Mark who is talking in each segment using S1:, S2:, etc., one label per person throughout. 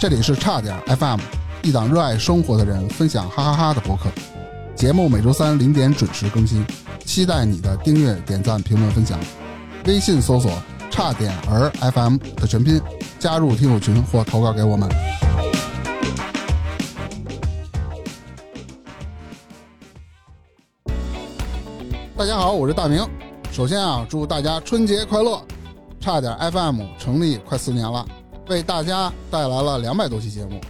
S1: 这里是差点 FM，一档热爱生活的人分享哈哈哈的博客。节目每周三零点准时更新，期待你的订阅、点赞、评论、分享。微信搜索“差点儿 FM” 的全拼，加入听友群或投稿给我们。大家好，我是大明。首先啊，祝大家春节快乐！差点 FM 成立快四年了，为大家带来了两百多期节目，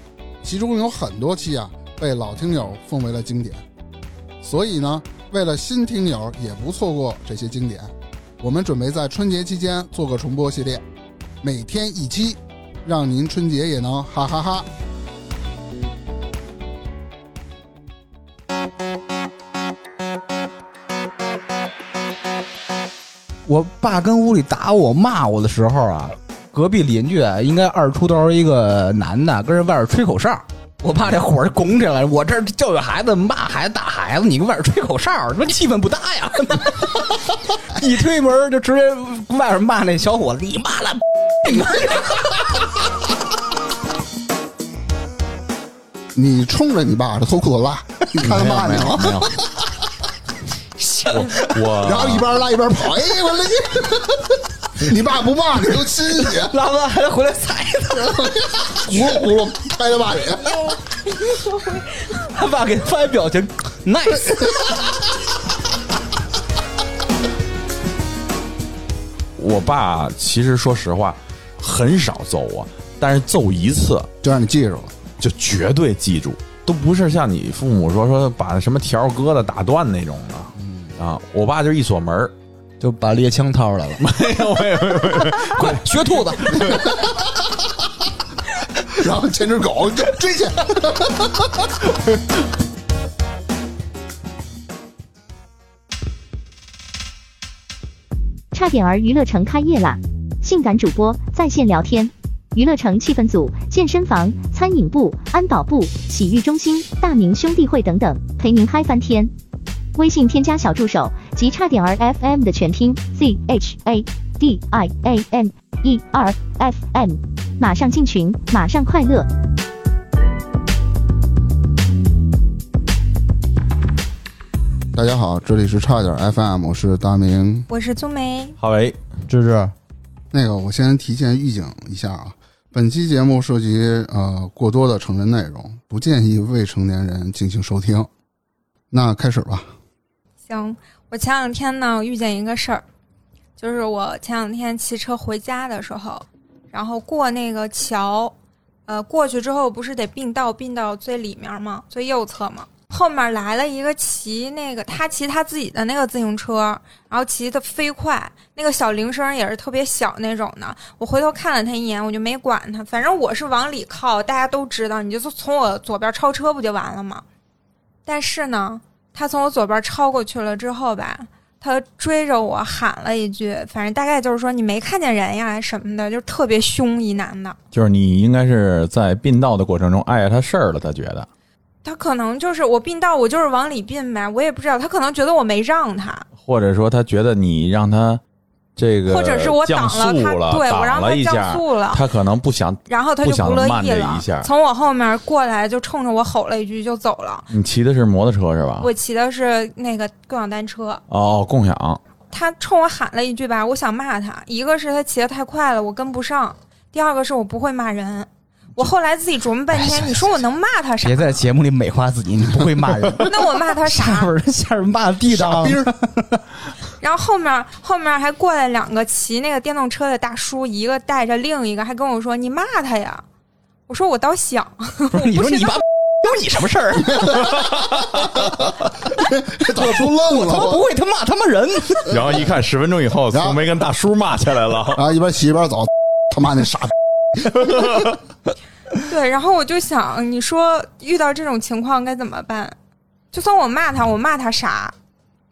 S1: 其中有很多期啊被老听友奉为了经典。所以呢，为了新听友也不错过这些经典，我们准备在春节期间做个重播系列，每天一期，让您春节也能哈哈哈
S2: 我爸跟屋里打我骂我的时候啊，隔壁邻居啊应该二十出头一个男的跟人外边吹口哨，我爸这火就拱起来了，我这儿教育孩子骂孩子打孩子，你跟外边吹口哨，他妈气氛不搭呀！ 一推门就直接外边骂那小伙子，你妈了！
S1: 你冲着你爸这脱裤子拉，你看他骂你了，
S3: 没有。 我
S1: 然后一
S3: 我
S1: 边拉一边跑，哎，我勒你！你爸不骂你都亲你，
S2: 拉完还得回来踩他，
S1: 咕噜咕噜拍他爸脸。
S2: 他爸给他发一表情，nice。
S3: 我爸其实说实话很少揍我，但是揍一次
S1: 就让你记住了。
S3: 就绝对记住，都不是像你父母说说把什么条疙瘩打断那种的。啊，我爸就一锁门儿
S2: 就把猎枪掏出 来了，
S3: 没有没有没有，没有
S2: 快学兔 子，
S1: 然后牵只狗就追去。
S4: 差点儿娱乐城开业啦！性感主播在线聊天，娱乐城气氛组、健身房、餐饮部、安保部、洗浴中心、大明兄弟会等等，陪您嗨翻天。微信添加小助手及差点儿 FM 的全拼 Z H A D I A M E R F M，马上进群，马上快乐。
S1: 大家好，这里是差点 FM，我是大明。
S5: 我是宗梅，
S3: 郝伟，
S2: 芝芝，
S1: 那个，我先提前预警一下啊，本期节目涉及呃过多的成人内容，不建议未成年人进行收听。那开始吧。
S5: 行，我前两天呢遇见一个事儿，就是我前两天骑车回家的时候，然后过那个桥，呃，过去之后不是得并道，并到最里面吗？最右侧吗？后面来了一个骑那个他骑他自己的那个自行车，然后骑得飞快，那个小铃声也是特别小那种的。我回头看了他一眼，我就没管他，反正我是往里靠，大家都知道，你就从我左边超车不就完了吗？但是呢，他从我左边超过去了之后吧，他追着我喊了一句，反正大概就是说你没看见人呀什么的，就是特别凶一男的。
S3: 就是你应该是在并道的过程中碍着他事儿了，他觉得
S5: 他可能就是我并道，我就是往里并呗，我也不知道，他可能觉得我没让他，
S3: 或者说他觉得你让他这个
S5: 或者是我
S3: 降
S5: 挡
S3: 速
S5: 了他，
S3: 了，
S5: 对我
S3: 挡
S5: 让他
S3: 了一
S5: 降
S3: 下，
S5: 速了，
S3: 他可能不想
S5: 然后他就
S3: 不想
S5: 不乐
S3: 慢
S5: 意
S3: 这
S5: 了
S3: 一下，
S5: 从我后面过来就冲着我吼了一句就走了。
S3: 你骑的是摩托车是吧？
S5: 我骑的是那个共享单车，
S3: 哦，共享，
S5: 他冲我喊了一句吧，我想骂他，一个是他骑得太快了，我跟不上；第二个是我不会骂人。我后来自己琢磨半
S2: 哎
S5: 天，
S2: 呀
S5: 你说我能骂他啥
S2: 别？在节目里美化自己，你不会骂人。
S5: 那我骂他
S2: 下
S5: 啥
S2: 边？儿下边儿骂地道，
S5: 然后后面后面还过来两个骑那个电动车的大叔，一个带着另一个，还跟我说：“你骂他呀！”我说：“我倒想。
S2: 不 是你说你爸有你什么事 儿？
S1: 大叔愣
S2: 他妈
S1: 了，
S2: 不会他骂他妈人，
S3: 然后一看十分钟以后，
S1: 然后
S3: 从没跟大叔骂起来了。
S1: 啊然后一边骑一边走， 他妈那傻逼。”
S5: 对，然后我就想，你说遇到这种情况该怎么办？就算我骂他，我骂他啥？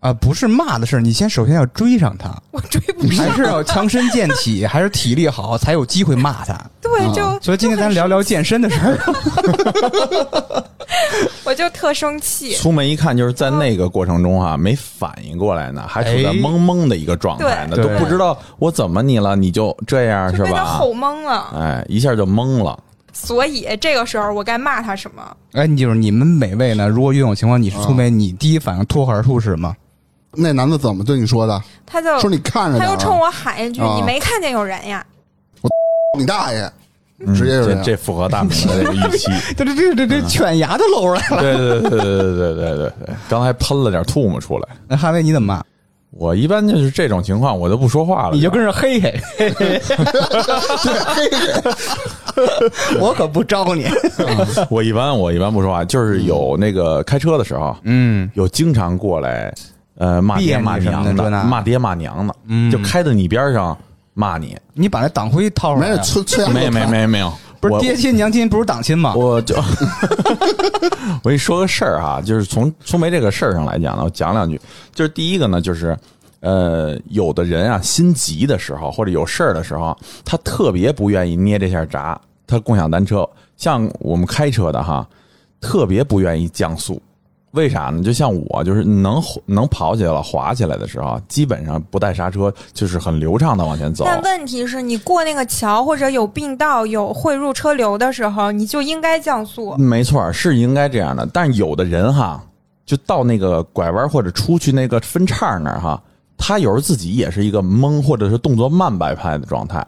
S2: 啊，不是骂的事儿，你先首先要追上他，
S5: 我追
S6: 嗯
S5: 不上
S2: 还。是要强身健体，还是体力好才有机会骂他。
S5: 对，就、
S2: 所以今天咱聊聊健身的事 儿。
S5: 我就特生气。
S3: 出门一看，就是在那个过程中啊，没反应过来
S6: 哦
S3: 呢，还处在
S2: 哎
S3: 懵懵的一个状态呢，
S2: 对
S6: 哎
S3: 都不知道我怎么你了，你就这样是
S5: 就被他
S3: 吧
S5: 吼？懵了。
S3: 哎，一下就懵了。
S5: 所以这个时候我该骂他什么？
S6: 哎，你就是你们每位呢，如果遇到这种情况，你是粗眉，你第一反应脱口而出是什么？
S1: 那男的怎么对你说的？
S5: 他就
S1: 说你看着
S5: 哦
S1: 点
S5: 他就
S1: 儿
S5: 冲我喊一句：“
S1: 啊
S5: 你没看见有人呀
S1: 你大爷！
S3: 嗯
S1: 直接就这
S3: 这
S1: 样
S3: 这符合大明的这个预 期。
S6: 这这这这这犬牙都露出来了。
S3: 对对对对对对对对对，刚才喷了点吐沫出来。
S6: 那哈维你怎么骂？
S3: 我一般就是这种情况，我就不说话了。
S6: 你就跟着嘿 嘿，我可不招你。
S3: 我一般我一般不说话，就是有那个开车的时候，
S6: 嗯
S3: 有经常过来，呃，骂
S6: 别
S3: 爹
S6: 你
S3: 骂
S6: 什么的
S3: 娘
S6: 这
S3: 的，
S6: 那
S3: 骂爹骂娘的，
S6: 嗯
S3: 就开在你边上骂你。
S6: 你把那党徽套上
S1: 没
S6: 来
S1: 事
S6: 啊，，
S1: 崔崔阳
S3: 没没没没有，
S6: 不是
S3: 我
S6: 爹亲娘亲，不是党亲吗？
S3: 我就 我跟你说个事儿哈，就是从粗眉这个事儿上来讲呢，我讲两句。就是第一个呢，就是呃，有的人啊，心急的时候或者有事儿的时候，啊他特别不愿意捏这下闸。他共享单车，像我们开车的哈，特别不愿意降速。为啥呢？就像我，就是能能跑起来了、滑起来的时候，啊基本上不带刹车，就是很流畅的往前？”走。
S5: 但问题是你过那个桥或者有并道、有汇入车流的时候，你就应该降速。
S6: 嗯
S3: 没错，是应该这样的。但是有的人哈，就到那个拐弯或者出去那个分叉那儿哈，他有时候自己也是一个懵或者是动作慢半拍的状态。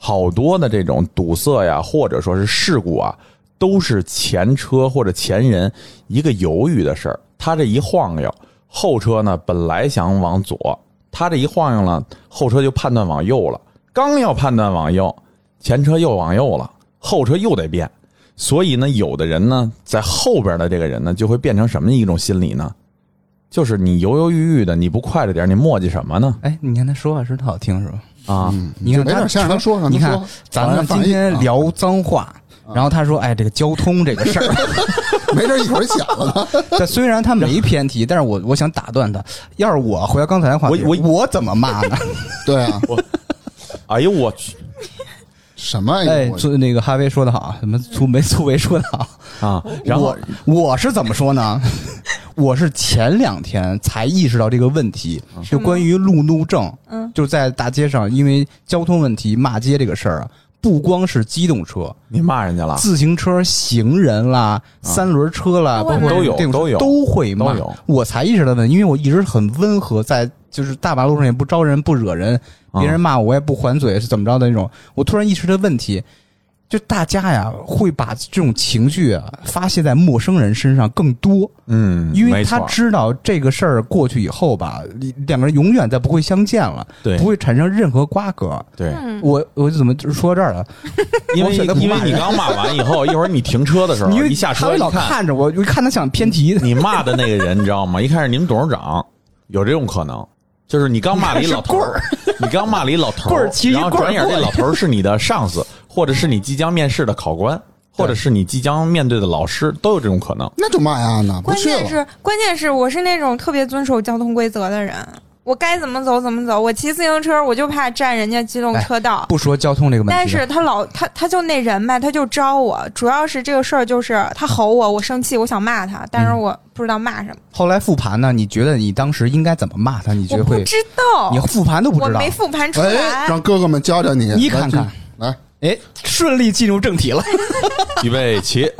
S3: 好多的这种堵塞呀，或者说是事故啊，都是前车或者前人一个犹豫的事儿。他这一晃悠，后车呢本来想往左，他这一晃悠呢，后车就判断往右了。刚要判断往右，前车又往右了，后车又得变。所以呢，有的人呢，在后边的这个人呢，就会变成什么一种心理呢？就是你犹犹豫豫的，你不快着点，你磨叽什么呢？
S6: 哎，你看他说话声特好听，是吧？
S3: 啊，
S6: 你看
S1: 没事
S6: 他
S1: 先让他说让他
S6: 你看
S1: 说
S6: 咱们今
S1: 啊
S6: 天聊脏话，然后他说：“哎，这个交通这个事儿。
S1: 没事，一会儿想了呢。”
S6: 但虽然他没偏题，但是我我想打断他。要是我回到刚才的话题，
S3: 我
S6: 我怎么骂 呢？
S1: 对啊，
S3: 哎呦我去
S1: 什么呀？
S6: 哎，
S1: 我
S6: 就那个哈维说的好，什么粗眉粗维说的好。
S3: 啊！然后
S6: 我我是怎么说 呢？我是前两天才意识到这个问题，
S3: 嗯
S6: 就关于路怒症。
S5: 嗯，
S6: 就在大街上，因为交通问题骂街这个事儿
S3: 嗯
S6: 啊，不光是机动车，
S3: 你骂人家了，
S6: 自行车、行人
S3: 啊
S6: 啦、三轮车啦，
S5: 都
S6: 包
S5: 会
S6: 括
S5: 骂
S3: 都有
S6: 这种
S3: 都有
S6: 都会骂
S3: 都有。
S6: 我才意识到的，因为我一直很温和，在就是大马路上也不招人不惹人，
S3: 嗯
S6: 别人骂我也不还嘴是怎么着的那种。我突然意识到问题，就大家呀会把这种情绪啊发泄在陌生人身上更多，
S3: 嗯，
S6: 因为
S3: 没
S6: 他
S3: 错，
S6: 知道这个事儿过去以后吧，两个人永远再不会相见了，
S3: 对
S6: 不会产生任何瓜葛。
S3: 对，
S5: 嗯，
S6: 我我怎么就说到这儿了？
S3: 因
S6: 我
S3: 为
S6: 选择不
S3: 因为
S6: 骂
S3: 你
S6: 人
S3: 刚骂完以后，一会儿你停车的时候，
S6: 因为
S3: 啊一下
S6: 他
S3: 车
S6: 会
S3: 一
S6: 老
S3: 看，
S6: 看着我，我一看他想偏题。
S3: 你骂的那个人，你知道吗？一看是你们董事长，有这种可能，就是你刚骂了一老头儿，你刚骂了一老头
S6: 棍儿骑一
S3: 然后
S6: 棍儿
S3: 转眼这
S6: 过来
S3: 老头儿是你的上司，或者是你即将面试的考官，或者是你即将面对的老师，都有这种可能。
S1: 那就骂呀，那不
S5: 关
S1: 去
S5: 键
S1: 了。
S5: 是关键是我是那种特别遵守交通规则的人，我该怎么走怎么走。我骑自行车我就怕占人家机动车道，
S6: 哎不说交通这个问题了，啊
S5: 但是他老他他就那人吧，他就招我。主要是这个事儿就是他吼我，我生气，我想骂他，但是
S6: 嗯
S5: 我不知道骂什么，
S6: 后来复盘呢，你觉得你当时应该怎么骂他？你觉
S5: 我
S6: 得
S5: 不
S6: 会？
S5: 知道，
S6: 你复盘都不
S5: 我
S6: 知道
S5: 没？复盘出
S1: 哎，
S5: 来。
S1: 让哥哥们教教你。
S6: 你看看
S1: 来，来，
S6: 哎，顺利进入正题 了。
S3: 预备起，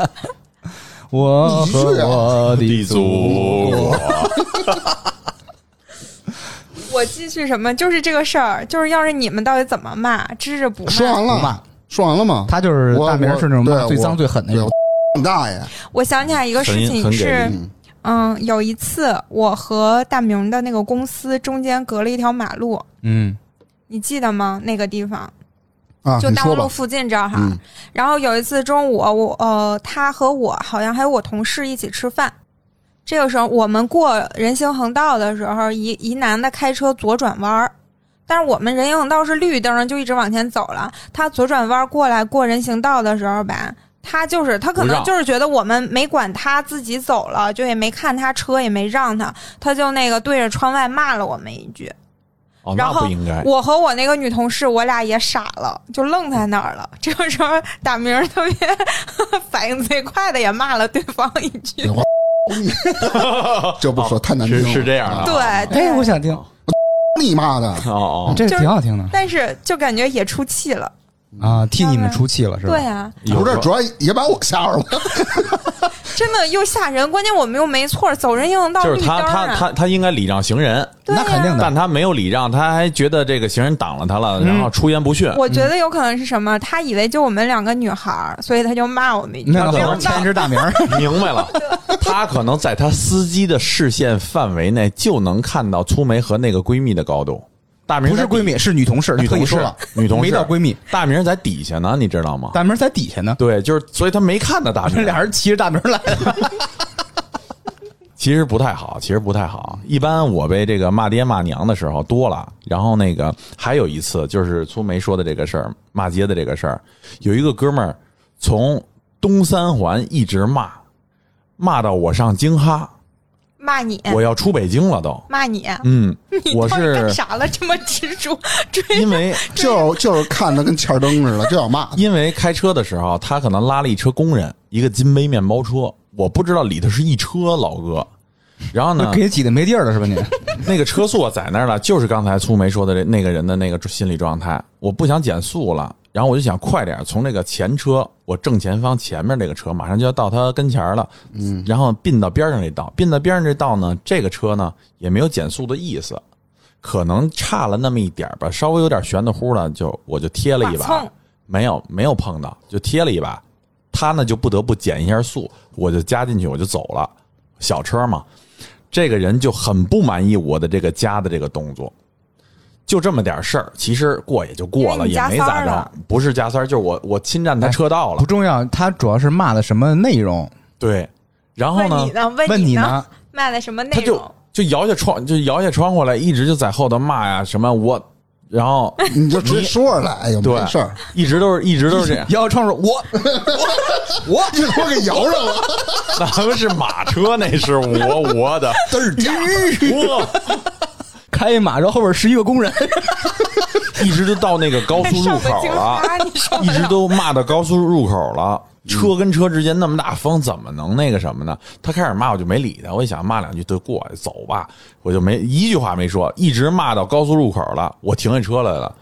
S6: 我
S1: 你是啊
S6: 和我的祖国，
S5: 我继续什么？就是这个事儿，就是要是你们到底怎么骂，支着不
S1: 说
S5: 骂。
S1: 完
S6: 不
S1: 了
S6: 骂，
S1: 说完了吗？
S6: 他就是
S1: 我
S6: 大明是那种
S1: 我
S6: 骂
S1: 对
S6: 最脏
S1: 我
S6: 最狠的那种。
S1: 你大爷！
S5: 我想起来一个事
S3: 很
S5: 情
S3: 很给
S5: 是
S3: 力，
S5: 嗯，有一次我和大明的那个公司中间隔了一条马路，
S6: 嗯，
S5: 你记得吗？那个地方
S1: 啊，
S5: 就
S1: 你
S5: 大
S1: 说
S5: 望
S1: 吧
S5: 路。附近这儿哈。
S1: 嗯
S5: 然后有一次中午，我呃，他和我好像还有我同事一起吃饭。这个时候，我们过人行横道的时候，一一男的开车左转弯儿，但是我们人行横道是绿灯，就一直往前走了。他左转弯过来过人行道的时候吧，他就是他可
S3: 不
S5: 能
S3: 让
S5: 就是觉得我们没管他，自己走了，就也没看他车，也没让他，他就那个对着窗外骂了我们一句。
S3: 哦，
S5: 然
S3: 那不
S5: 后
S3: 应该。
S5: 我和我那个女同事，我俩也傻了，就愣在那儿了。 这个时候，大明儿特别反应最快的也骂了对方一 句
S1: 对。这不说太难听了
S3: 哦
S1: 啊
S3: 是是这样啊的
S5: 对，
S6: 哎，我
S5: 对
S6: 想听，
S1: 你骂的，
S3: 哦哦，
S6: 这
S5: 就是
S6: 挺好听的。
S5: 但是就感觉也出气了，
S2: 啊，替你们出气了是吧？
S5: 对啊，
S1: 不是，主要也把我吓着了。
S5: 真的又吓人，关键我们又没错，走人行道
S3: 就
S5: 绿
S3: 是
S5: 灯
S3: 他他
S5: 啊，
S3: 他他应该礼让行人，
S5: 对
S2: 那肯
S5: 呀、
S2: 定的
S3: 但他没有礼让，他还觉得这个行人挡了他了，然后出言不逊。
S5: 我觉得有可能是什么？他以为就我们两个女孩儿，所以他就骂我们一句。
S2: 那可
S5: 没有
S2: 能
S5: 道
S2: 牵一只大 名儿，
S3: 明白了，他可能在他司机的视线范围内就能看到粗梅和那个闺蜜的高度。大明
S2: 不是闺蜜，是女同事，
S3: 女
S2: 特意
S3: 同
S2: 说
S3: 事
S2: 了，，
S3: 女同
S2: 没
S3: 事
S2: 到闺蜜，
S3: 大明在底下呢，你知道吗？
S2: 大名儿在底下 呢。
S3: 对，就是所以他没看到大明，
S2: 俩人骑着大名儿来的，
S3: 其实不太好，其实不太好。一般我被这个骂爹骂娘的时候多了，然后那个还有一次就是粗梅说的这个事儿，骂街的这个事儿，有一个哥们儿从东三环一直骂，骂到我上京哈，
S5: 骂你，
S3: 我要出北京了都。
S5: 骂你，
S3: 嗯，
S5: 你
S3: 我
S5: 到底干
S3: 是
S5: 啥了？这么执着追
S3: 因为
S1: 就是就是看的跟欠儿灯似的，就想骂
S3: 因为开车的时候，他可能拉了一车工人，一个金杯面包车，我不知道里头是一车老哥。然后呢，
S2: 给挤的没地儿了是吧？ 你
S3: 那个车速在那儿了，就是刚才粗梅说的这那个人的那个心理状态。我不想减速了，然后我就想快点从这个前车，我正前方前面这个车马上就要到他跟前儿了，嗯，然后并到边上这道，并到边上这道呢，这个车呢也没有减速的意思，可能差了那么一点儿吧，稍微有点悬的乎了，就我就贴了一
S5: 马
S3: 把
S5: 蹭，
S3: 没有没有碰到，就贴了一把，他呢就不得不减一下速，我就加进去我就走了，小车嘛，这个人就很不满意我的这个加的这个动作。就这么点事儿，其实过也就过
S5: 因为
S3: 了，
S5: 你
S3: 也
S5: 加
S3: 没
S5: 塞儿
S3: 咋着
S5: 了。
S3: 不是加塞儿，就是我我侵占他车道了
S2: 不。重要，他主要是骂的什么内容？
S3: 对，然后
S5: 问
S3: 呢
S5: 你，呢？
S2: 问
S5: 你
S2: 你
S5: 呢
S2: 呢？。
S5: 骂的什么内
S3: 他就
S5: 容？
S3: 就摇下窗，就摇下窗户来，一直就在后头骂呀什么我，然后
S1: 你就直接说出来，哎呦，
S3: 对
S1: 没事儿，
S3: 一直都是一直都是这样
S2: 摇窗说：“我我
S1: 一给我给摇上 了，
S3: 咱们是马车，那是我我的，
S1: 嘚儿加，
S3: 我
S2: 开马，然后后边十一个工人，
S3: 一直就到那个高速入
S5: 上北
S3: 口
S5: 京
S3: 了。
S5: 啊，你受不
S3: 一直
S5: 了。
S3: 都骂到高速入口了，车跟车之间那么大风，怎么能那个什么呢？他开始骂我就没理他，我一想骂两句就过去走吧，我就没一句话没说，一直骂到高速入口了，我停下车来了，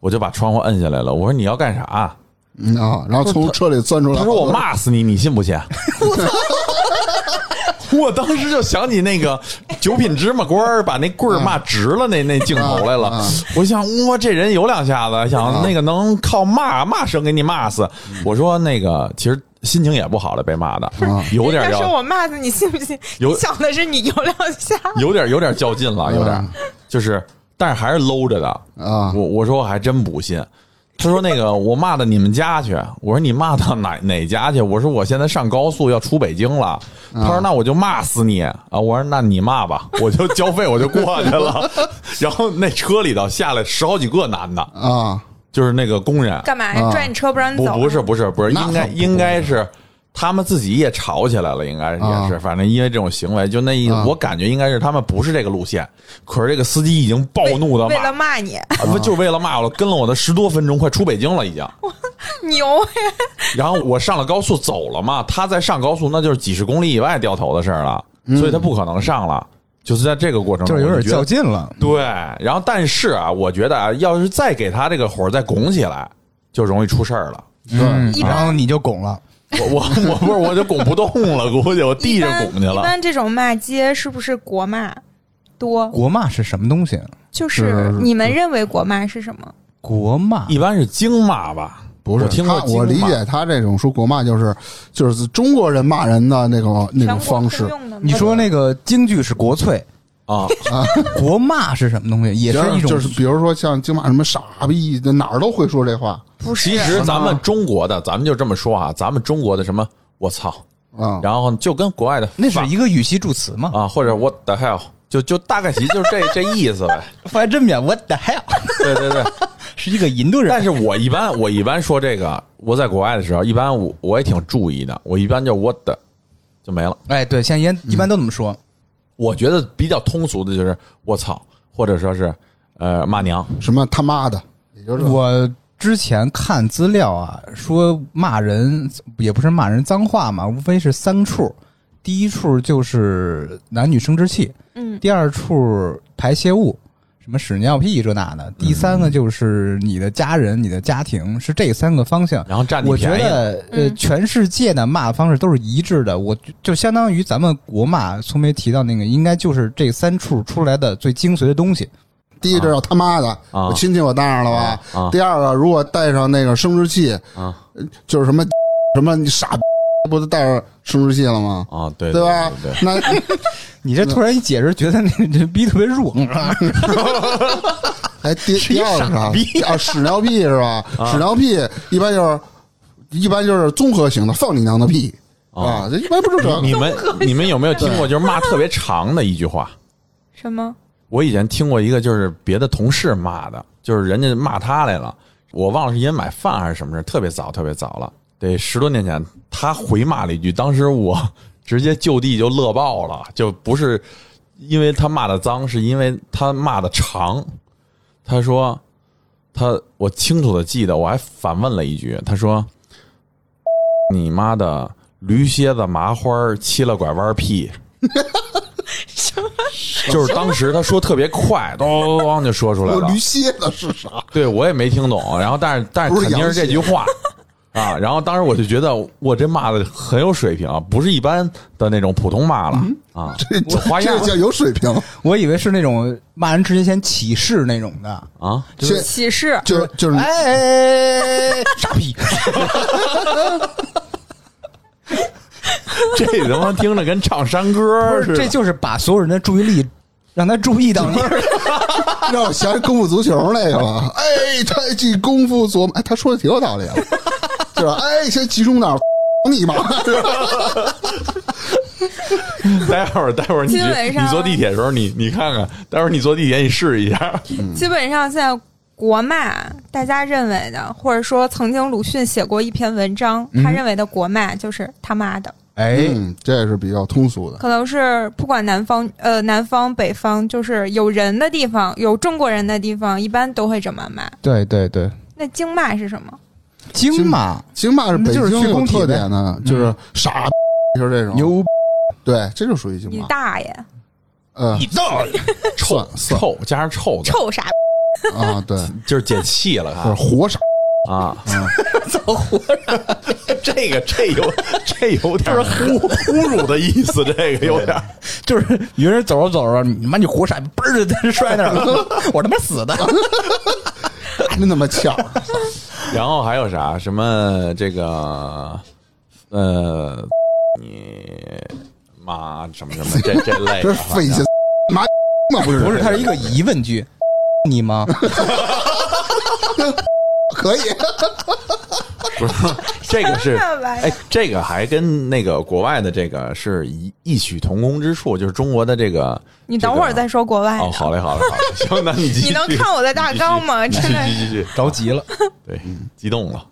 S3: 我就把窗户摁下来了，我说你要干啥？
S1: 嗯啊，然后从车里钻出来，
S3: 他说我，骂死你，你信不信？我当时就想起那个九品芝麻官儿把那棍儿骂直了那那镜头来
S1: 啊
S3: 了
S1: 啊，
S3: 我想哇这人有两下子，想那个能靠骂骂声给你骂死。我说那个其实心情也不好了，被骂的有点
S5: 人家说
S3: 要
S5: 我骂的你信不信？
S3: 有
S5: 你想的是你有两下，
S3: 有点有点较劲了，有点
S1: 嗯
S3: 就是，但是还是搂着的。
S1: 啊
S3: 我我说我还真不信。他说 那个我骂到你们家去，我说你骂到哪哪家去？我说我现在上高速要出北京
S1: 啊
S3: 了。他说那我就骂死你啊！我说那你 骂吧，我就交费我就过去了。然后那车里头下来十好几个男的，
S1: 啊，
S3: 就是那个工人，
S5: 干嘛呀？
S1: 啊
S5: 拽你车不让你
S3: 不
S5: 走？
S3: 不是，不是不是，
S1: 那
S3: 应该
S1: 可不
S3: 应该是他们自己也吵起来了，应该也是，
S1: 啊
S3: 反正因为这种行为，就那意思
S1: 啊
S3: 我感觉应该是他们不是这个路线，可是这个司机已经暴
S5: 为
S3: 怒的
S5: 为
S3: 骂
S5: 了骂你，
S3: 啊，不就为了骂我了，跟了我的十多分钟，快出北京了已经。
S5: 牛啊呀！
S3: 然后我上了高速走了嘛，他在上高速那就是几十公里以外掉头的事儿了，所以他不可能上了。就是在这个过程
S2: 嗯就
S3: 中，
S2: 是有
S3: 我
S2: 点
S3: 觉得
S2: 较劲了。
S3: 对。然后但是啊，我觉得啊，要是再给他这个火儿再拱起来，就容易出事儿了。啊
S2: 嗯
S5: 一般
S2: 然后你就拱了，
S3: 我我我不是我就拱不动了，估计我地
S5: 一
S3: 上
S5: 般
S3: 拱去
S5: 一
S3: 了。
S5: 般这种骂街是不是国骂多？
S2: 国骂是什么东西？
S5: 就是
S2: 是
S5: 你们认为国骂是什么？
S2: 国骂
S3: 一般是京骂吧，
S1: 不是，
S3: 我听过
S1: 他
S3: 京骂
S1: 我理解他这种说国骂就是就是中国人骂人的那种那
S5: 全
S1: 种
S5: 国
S1: 方
S5: 通
S1: 式，
S5: 用的吗？
S2: 你说那个京剧是国粹，
S3: 啊，
S2: 国骂是什么东西？也是一种
S1: 就是比如说像京骂什么傻逼，哪儿都会说这话
S5: 不是？啊
S3: 其实咱们中国的，咱们就这么说啊，咱们中国的什么我操，
S1: 啊，
S3: 然后就跟国外的
S2: 那是一个语气助词嘛？
S3: 啊，或者 what the hell，就就大概其就是这 这意思呗。
S2: 发现真面我 h 呀，
S3: 对对对，
S2: 是一个印度人。
S3: 但是我一般我一般说这个，我在国外的时候，一般我我也挺注意的，我一般就 what the 就没了。
S2: 哎，对，现在一一般都这么说。
S3: 我觉得比较通俗的就是我操，或者说是呃骂娘，
S1: 什么他妈的，也就是
S2: 我之前看资料啊，说骂人也不是骂人脏话嘛，无非是三处。第一处就是男女生殖器，
S5: 嗯，
S2: 第二处排泄物，什么屎尿屁这那的。第三个就是你的家人、你的家庭，是这三个方向。
S3: 然后占你
S2: 我觉
S3: 便宜了，
S2: 得，呃，
S5: 嗯
S2: 全世界的骂的方式都是一致的。我就就相当于咱们国骂，聪梅提到那个，应该就是这三处出来的最精髓的东西。
S1: 第一，这是他妈的，
S3: 啊
S1: 我亲戚我当上了吧。
S3: 啊
S1: 第二个，如果带上那个生殖器，呃
S3: 啊
S1: 就是什么 什么你傻逼，不都带上生殖器了吗？
S3: 啊，对
S1: 对吧
S3: 对对对，
S1: 那
S2: 你
S3: 嗯
S2: 这突然一解释，觉得那这逼特别弱，
S1: 哎，第
S2: 是一
S1: 第二个
S2: 傻逼
S1: 是啥？啊，屎尿屁是吧？
S3: 啊
S1: 屎尿屁一般就是一般就是综合型的，放你娘的屁
S3: 啊
S1: 啊！这一般不是这
S3: 你们你们有没有听过就是骂特别长的一句话？
S5: 什么？
S3: 我以前听过一个，就是别的同事骂的，就是人家骂他来了，我忘了是因为买饭还是什么事，特别早，特别早了，得十多年前，他回骂了一句，当时我 直接就地就乐爆了，就不是因为他骂的脏，是因为他骂的长。他说他我清楚的记得，我还反问了一句，他说你妈的驴蝎子麻花儿七了拐弯儿屁。就是当时他说特别快，咚咚咚咚就说出来
S1: 我
S3: 了
S1: 驴。蝎子是啥？
S3: 对我也没听懂，然后但是但是
S1: 不是
S3: 肯定是
S1: 羊
S3: 这
S1: 蝎
S3: 句话啊，然后当时我就觉得我这骂的很有水平啊，不是一般的那种普通骂了啊，有花样
S1: 这叫有水平，
S2: 我以为是那种骂人之前先起誓那种的，
S3: 啊，
S1: 这
S5: 启示？
S1: 就就是
S2: 哎哎哎哎，傻逼！
S3: 这他妈听着跟唱山歌
S2: 不
S3: 似
S2: 是，
S3: 的
S2: 这就是把所有人的注意力让他注意到你。
S1: 让我想起功夫足球那个了。哎，太极功夫琢磨，哎，他说的挺有道理的，是吧？哎，先集中点儿，你妈！是吧
S3: 待会儿，待会儿你去
S5: 基本上
S3: 你坐地铁的时候，你你看看，待会儿你坐地铁你试一下。
S5: 基本上现在国骂，大家认为的，或者说曾经鲁迅写过一篇文章，
S3: 嗯
S5: 他认为的国骂就是他妈的，
S2: 哎，
S1: 嗯，这是比较通俗的。
S5: 可能是不管南方呃南方北方，就是有人的地方，有中国人的地方，一般都会这么骂。
S2: 对对对，
S5: 那京骂是什么？
S2: 京嘛，
S1: 京骂是北
S2: 就是
S1: 京
S2: 去
S1: 有
S2: 工体
S1: 特
S2: 呗
S1: 点的，就是傻逼，就是这种。
S2: 牛
S1: 对，这就属于京
S5: 你
S1: 骂。
S5: 大爷，
S1: 嗯，算
S3: 臭
S1: 算
S3: 臭加上臭字，
S5: 臭傻逼！
S1: 啊，对，
S3: 就是解气了
S1: 就是
S3: 啊
S1: 活傻。
S3: 啊！ 这个这有这有点侮 侮辱的意思，这个有点
S2: 就是有人走着走着，你妈你活傻逼，嘣儿就摔那儿了，我他妈死的。
S1: 真他妈巧，
S3: 然后还有啥？什么这个呃，你妈什么什么这这类
S1: 这
S3: 的，
S1: 是费劲，妈嘛不是
S2: 不是，它是一个疑问句，你吗？
S1: 可以，
S3: 不是这个是
S5: 什么玩意儿
S3: 哎，这个还跟那个国外的这个是异异曲同工之处，就是中国的这个。
S5: 你等会儿再说国外的。
S3: 哦，好嘞，好嘞，好嘞，行，那你继续。
S5: 你能看我的大纲吗
S3: 你继续
S5: 真的嗯
S3: 继续继续，
S2: 着急了，
S3: 对，激动了。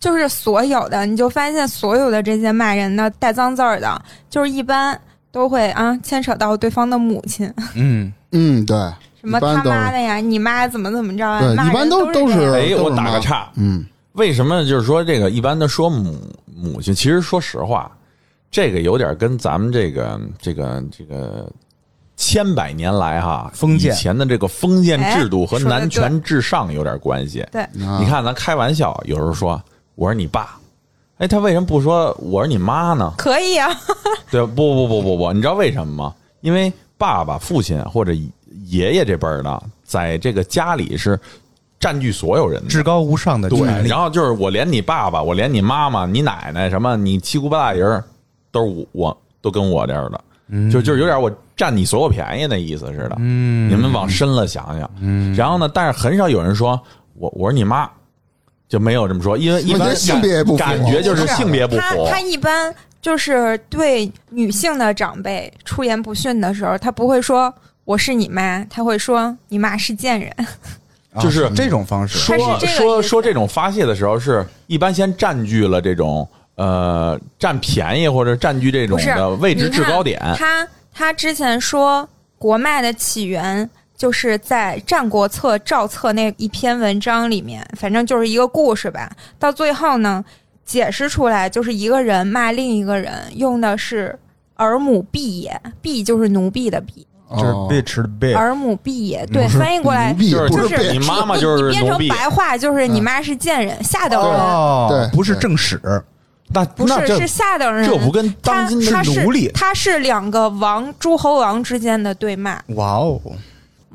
S5: 就是所有的，你就发现所有的这些骂人的带脏字儿的，就是一般都会啊牵扯到对方的母亲，
S2: 嗯，
S1: 嗯，对，
S5: 什么
S1: 一般
S5: 他
S1: 都是
S5: 妈的呀，你妈怎么怎么着啊，
S1: 对
S5: 骂人
S1: 一般都
S5: 都
S1: 都是
S5: 这样
S3: 哎，
S1: 都
S3: 我
S1: 是
S3: 打
S1: 妈
S3: 个岔，
S1: 嗯，
S3: 为什么就是说这个一般的说母母亲，其实说实话，这个有点跟咱们这个这个这个千百年来哈
S2: 封建
S3: 以前的这个封建制度和
S5: 哎说得
S3: 男权至上有点关系。
S5: 对，
S1: 啊
S3: 你看咱开玩笑，有时候说我是你爸，哎，他为什么不说我是你妈呢？
S5: 可以啊，
S3: 对，不不不不不，你知道为什么吗？因为爸爸、父亲或者爷爷这辈儿的，在这个家里是占据所有人的。
S2: 至高无上的
S3: 对，
S2: 权利
S3: 然。后就是我连你爸爸，我连你妈妈、你奶奶什么，你七姑八大姨儿，都是我我都跟我这儿的，就就是有点我占你所有便宜那意思似的。嗯嗯，你们往深了想想。嗯，然后呢，但是很少有人说我我是你妈，就没有这么说，因为一
S1: 我觉
S3: 般
S1: 得性
S3: 感
S1: 别也不符
S3: 感觉就是性别不
S5: 他
S3: 符。
S5: 他一般就是对女性的长辈出言不逊的时候，他不会说我是你妈，他会说你妈是贱人，
S2: 啊
S3: 就是
S2: 这种方式，
S5: 他是
S3: 说
S5: 这个
S3: 说
S5: 意思
S3: 说这种发泄的时候，是一般先占据了这种呃占便宜或者占据这种
S5: 不是
S3: 的位置
S5: 你看
S3: 制高点。
S5: 他他之前说国骂的起源就是在《战国策·赵策》那一篇文章里面，反正就是一个故事吧。到最后呢，解释出来就是一个人骂另一个人，用的是“儿母婢也”，婢就是奴婢的婢。
S7: 就是 bitch 的 bitch，
S5: 儿母婢 也，对，翻译过来
S1: 奴婢
S3: 就是
S1: 哦不
S5: 就是是
S3: 你妈妈
S5: 你
S3: 就是
S5: 你变
S3: 奴
S5: 成
S3: 婢
S5: 白话就是你
S1: 嗯
S5: 妈是贱人，下等人，
S6: 哦，
S1: 对
S6: 不是正史，
S3: 那
S5: 不
S3: 那
S5: 是
S3: 这
S5: 是下等人。
S3: 这不跟当今的
S5: 嗯他他是
S3: 奴隶
S5: 他是两个王诸侯王之间的对骂，
S6: 哇哦，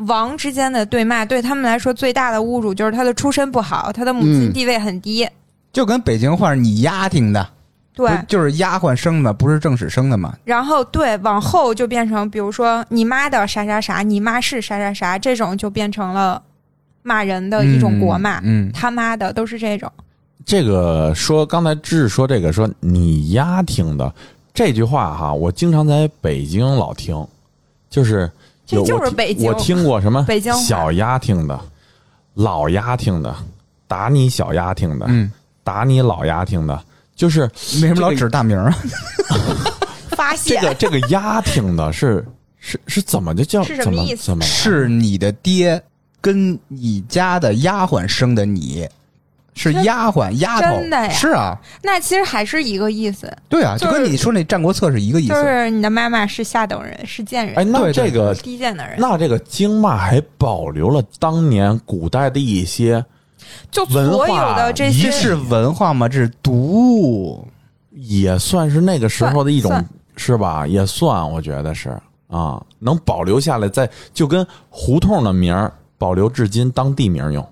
S5: 王之间的对骂对他们来说最大的侮辱就是他的出身不好，他的母亲
S1: 嗯
S5: 地位很低。
S6: 就跟北京话是你丫听的，
S5: 对，
S6: 不就是丫鬟生的，不是正史生的嘛？
S5: 然后对往后就变成，比如说你妈的啥啥啥，你妈是啥啥啥，这种就变成了骂人的呃一种国骂。
S6: 嗯，嗯
S5: 他妈的都是这种，
S3: 这个说刚才芝芝说这个说你丫听的这句话哈，我经常在北京老听，就是
S5: 这
S3: 有
S5: 就
S3: 我
S5: 是
S3: 听
S5: 北京
S3: 我听过什么
S5: 北京话
S3: 小丫听的，老丫听的，打你小丫听的，
S6: 嗯，
S3: 打你老丫听的，就是
S6: 为什么老指大名啊？
S5: 发
S3: 这
S5: 泄、
S3: 个这个丫听的是 是是怎么就叫
S5: 是什
S3: 怎
S5: 么
S3: 么
S5: 意思
S3: 怎么来
S6: 是你的爹跟你家的丫鬟生的你，是丫鬟丫头，
S5: 真的呀
S6: 是啊，
S5: 那其实还是一个意思，
S6: 对啊，就
S5: 就是
S6: 跟你说那《战国策》是一个意思。
S5: 就是你的妈妈是下等人，是贱人，
S3: 哎，那
S6: 对对
S3: 这个
S5: 低贱的人，
S3: 那这个京骂还保留了当年古代的一些
S5: 就
S3: 文化
S5: 所有的这
S6: 仪
S5: 些
S6: 式文化嘛，这是毒。
S3: 也算是那个时候的一种
S5: 算，
S3: 是吧？也算，我觉得是啊，能保留下来，在就跟胡同的名儿保留至今当地名用，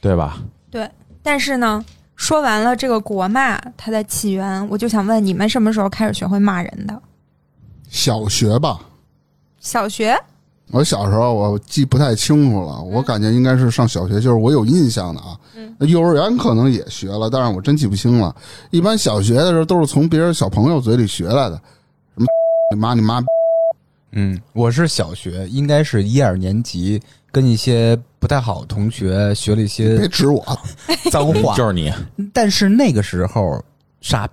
S3: 对吧？
S5: 对，但是呢，说完了这个国骂它的起源，我就想问你们什么时候开始学会骂人的？
S1: 小学吧。
S5: 小学
S1: 我小时候我记不太清楚了，
S6: 嗯
S1: 我感觉应该是上小学，就是我有印象的啊。那幼儿园可能也学了，但是我真记不清了。一般小学的时候都是从别人小朋友嘴里学来的，什么你妈你妈，
S6: 嗯，我是小学，应该是一二年级，跟一些不太好的同学学了一
S1: 别
S6: 些
S1: 指我，
S6: 脏 话，
S3: 就是你，
S6: 但是那个时候“傻逼”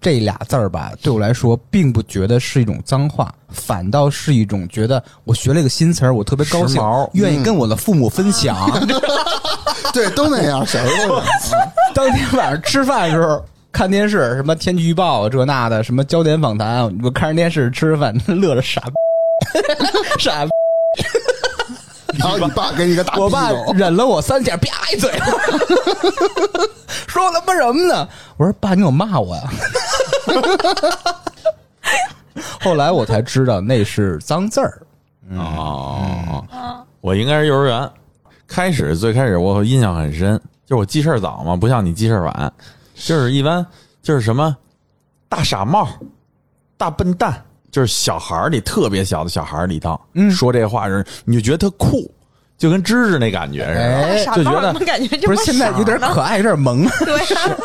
S6: 这俩字儿吧，对我来说并不觉得是一种脏话，反倒是一种觉得我学了一个新词儿，我特别高
S3: 时
S6: 兴
S3: 髦，嗯
S6: 愿意跟我的父母分享。
S1: 对，都那样，小时候都那样。 啊
S6: 当天晚上吃饭的时候。看电视，什么天气预报这那的，什么焦点访谈，我看着电视吃着饭，乐着傻逼， 傻逼。
S1: 然后你爸给你个大
S6: 我
S1: 屁
S6: 爸
S1: 股，
S6: 忍了我三下，啪一嘴，说他妈什么呢？我说爸，你有骂 我呀？后来我才知道那是脏字儿，
S3: 哦，我应该是幼儿园开始，最开始我印象很深，就是我记事儿早嘛，不像你记事儿晚，就是一般就是什么大傻帽、大笨蛋，就是小孩儿里特别小的小孩儿里头，
S6: 嗯
S3: 说这话人你就觉得他酷，就跟芝芝那感觉似的，
S6: 哎，
S5: 傻
S3: 就
S5: 帽
S3: 觉得
S5: 儿，我感觉这
S6: 不
S5: 么
S6: 是现在有点可爱，有点萌，
S5: 对啊，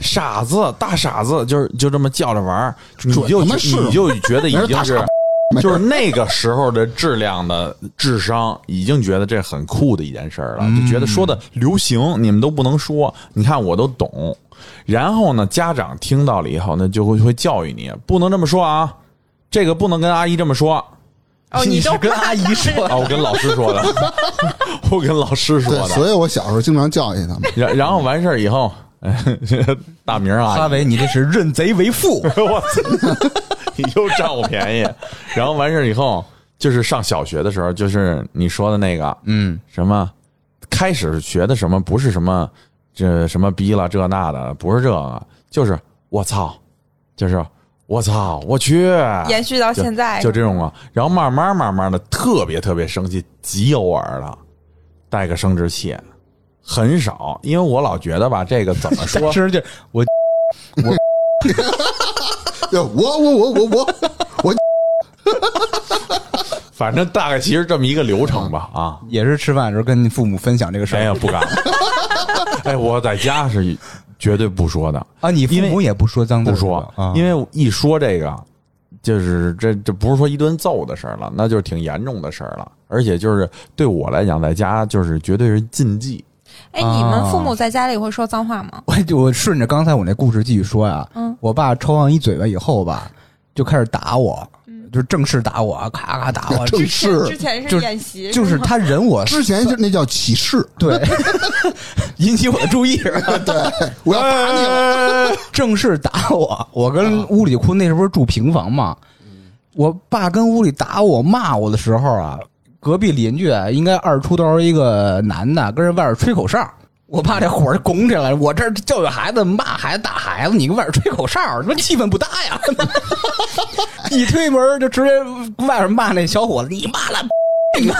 S3: 傻子大傻子，就是就这么叫着玩儿，你
S1: 准
S3: 就
S1: 他妈是
S3: 你就觉得已
S1: 人家
S3: 经
S1: 大傻
S3: 是
S1: 逼。
S3: 就是那个时候的质量的智商，已经觉得这很酷的一件事儿了，就觉得说的流行，你们都不能说，你看我都懂。然后呢，家长听到了以后，那就会会教育你，不能这么说啊，这个不能跟阿姨这么说啊，
S5: 哦，你
S6: 是
S5: 都
S6: 跟阿姨说 的，
S3: 我跟老师说的，我跟老师说
S1: 对，
S3: 的。
S1: 所以我小时候经常教育他 们。
S3: 然然后完事儿以后， 大明啊，
S6: 哈维，你这是认贼为父，
S3: 我操，你又占我便宜。然后完事儿以后，就是上小学的时候，就是你说的那个，
S6: 嗯，
S3: 什么开始学的什么，不是什么这什么逼了这那的，不是这个，就是我操，就是我操，我去，
S5: 延续到现在
S3: 就这种啊。然后慢慢慢慢的，特别特别生气，极偶尔的带个生殖器。很少，因为我老觉得吧，这个怎么说
S6: 嗯其实就是我
S1: 对，我我我我我我，
S3: 反正大概其实这么一个流程吧，啊，
S6: 也是吃饭的时候跟父母分享这个事
S3: 谁也
S6: 儿
S3: 不 敢。哎，我在家是绝对不说的，
S6: 啊，你父
S3: 因
S6: 母
S3: 为
S6: 也不说脏字儿
S3: 不
S6: 是吧，
S3: 说，
S6: 啊，
S3: 因为一说这个，就是这这不是说一顿揍的事儿了，那就是挺严重的事儿了，而且就是对我来讲，在家就是绝对是禁忌。
S5: 哎，你们
S6: 啊
S5: 父母在家里会说脏话吗？
S6: 我就我顺着刚才我那故事继续说呀，
S5: 嗯，
S6: 我爸抽上一嘴巴以后吧，就开始打我，就是正式打我，咔咔 打我，
S1: 正是
S5: 之前
S6: 就是
S5: 演习，
S6: 就是
S5: 吗
S6: 他忍 我，
S1: 之前就那叫歧视，
S6: 对，引起我的注意，
S1: 对，我要打
S6: 哎
S1: 你了。
S6: 正式打我，我跟屋里哭，那时候不是住平房嘛，我爸跟屋里打我骂我的时候啊，隔壁邻居啊应该二十出头一个男的，跟人外边吹口哨。我爸这火儿拱起来，我这儿教育孩子、骂孩子、打孩子，你跟外边吹口哨，他妈气氛不搭呀！ 一推门就直接外边骂那小伙子，你骂了，你妈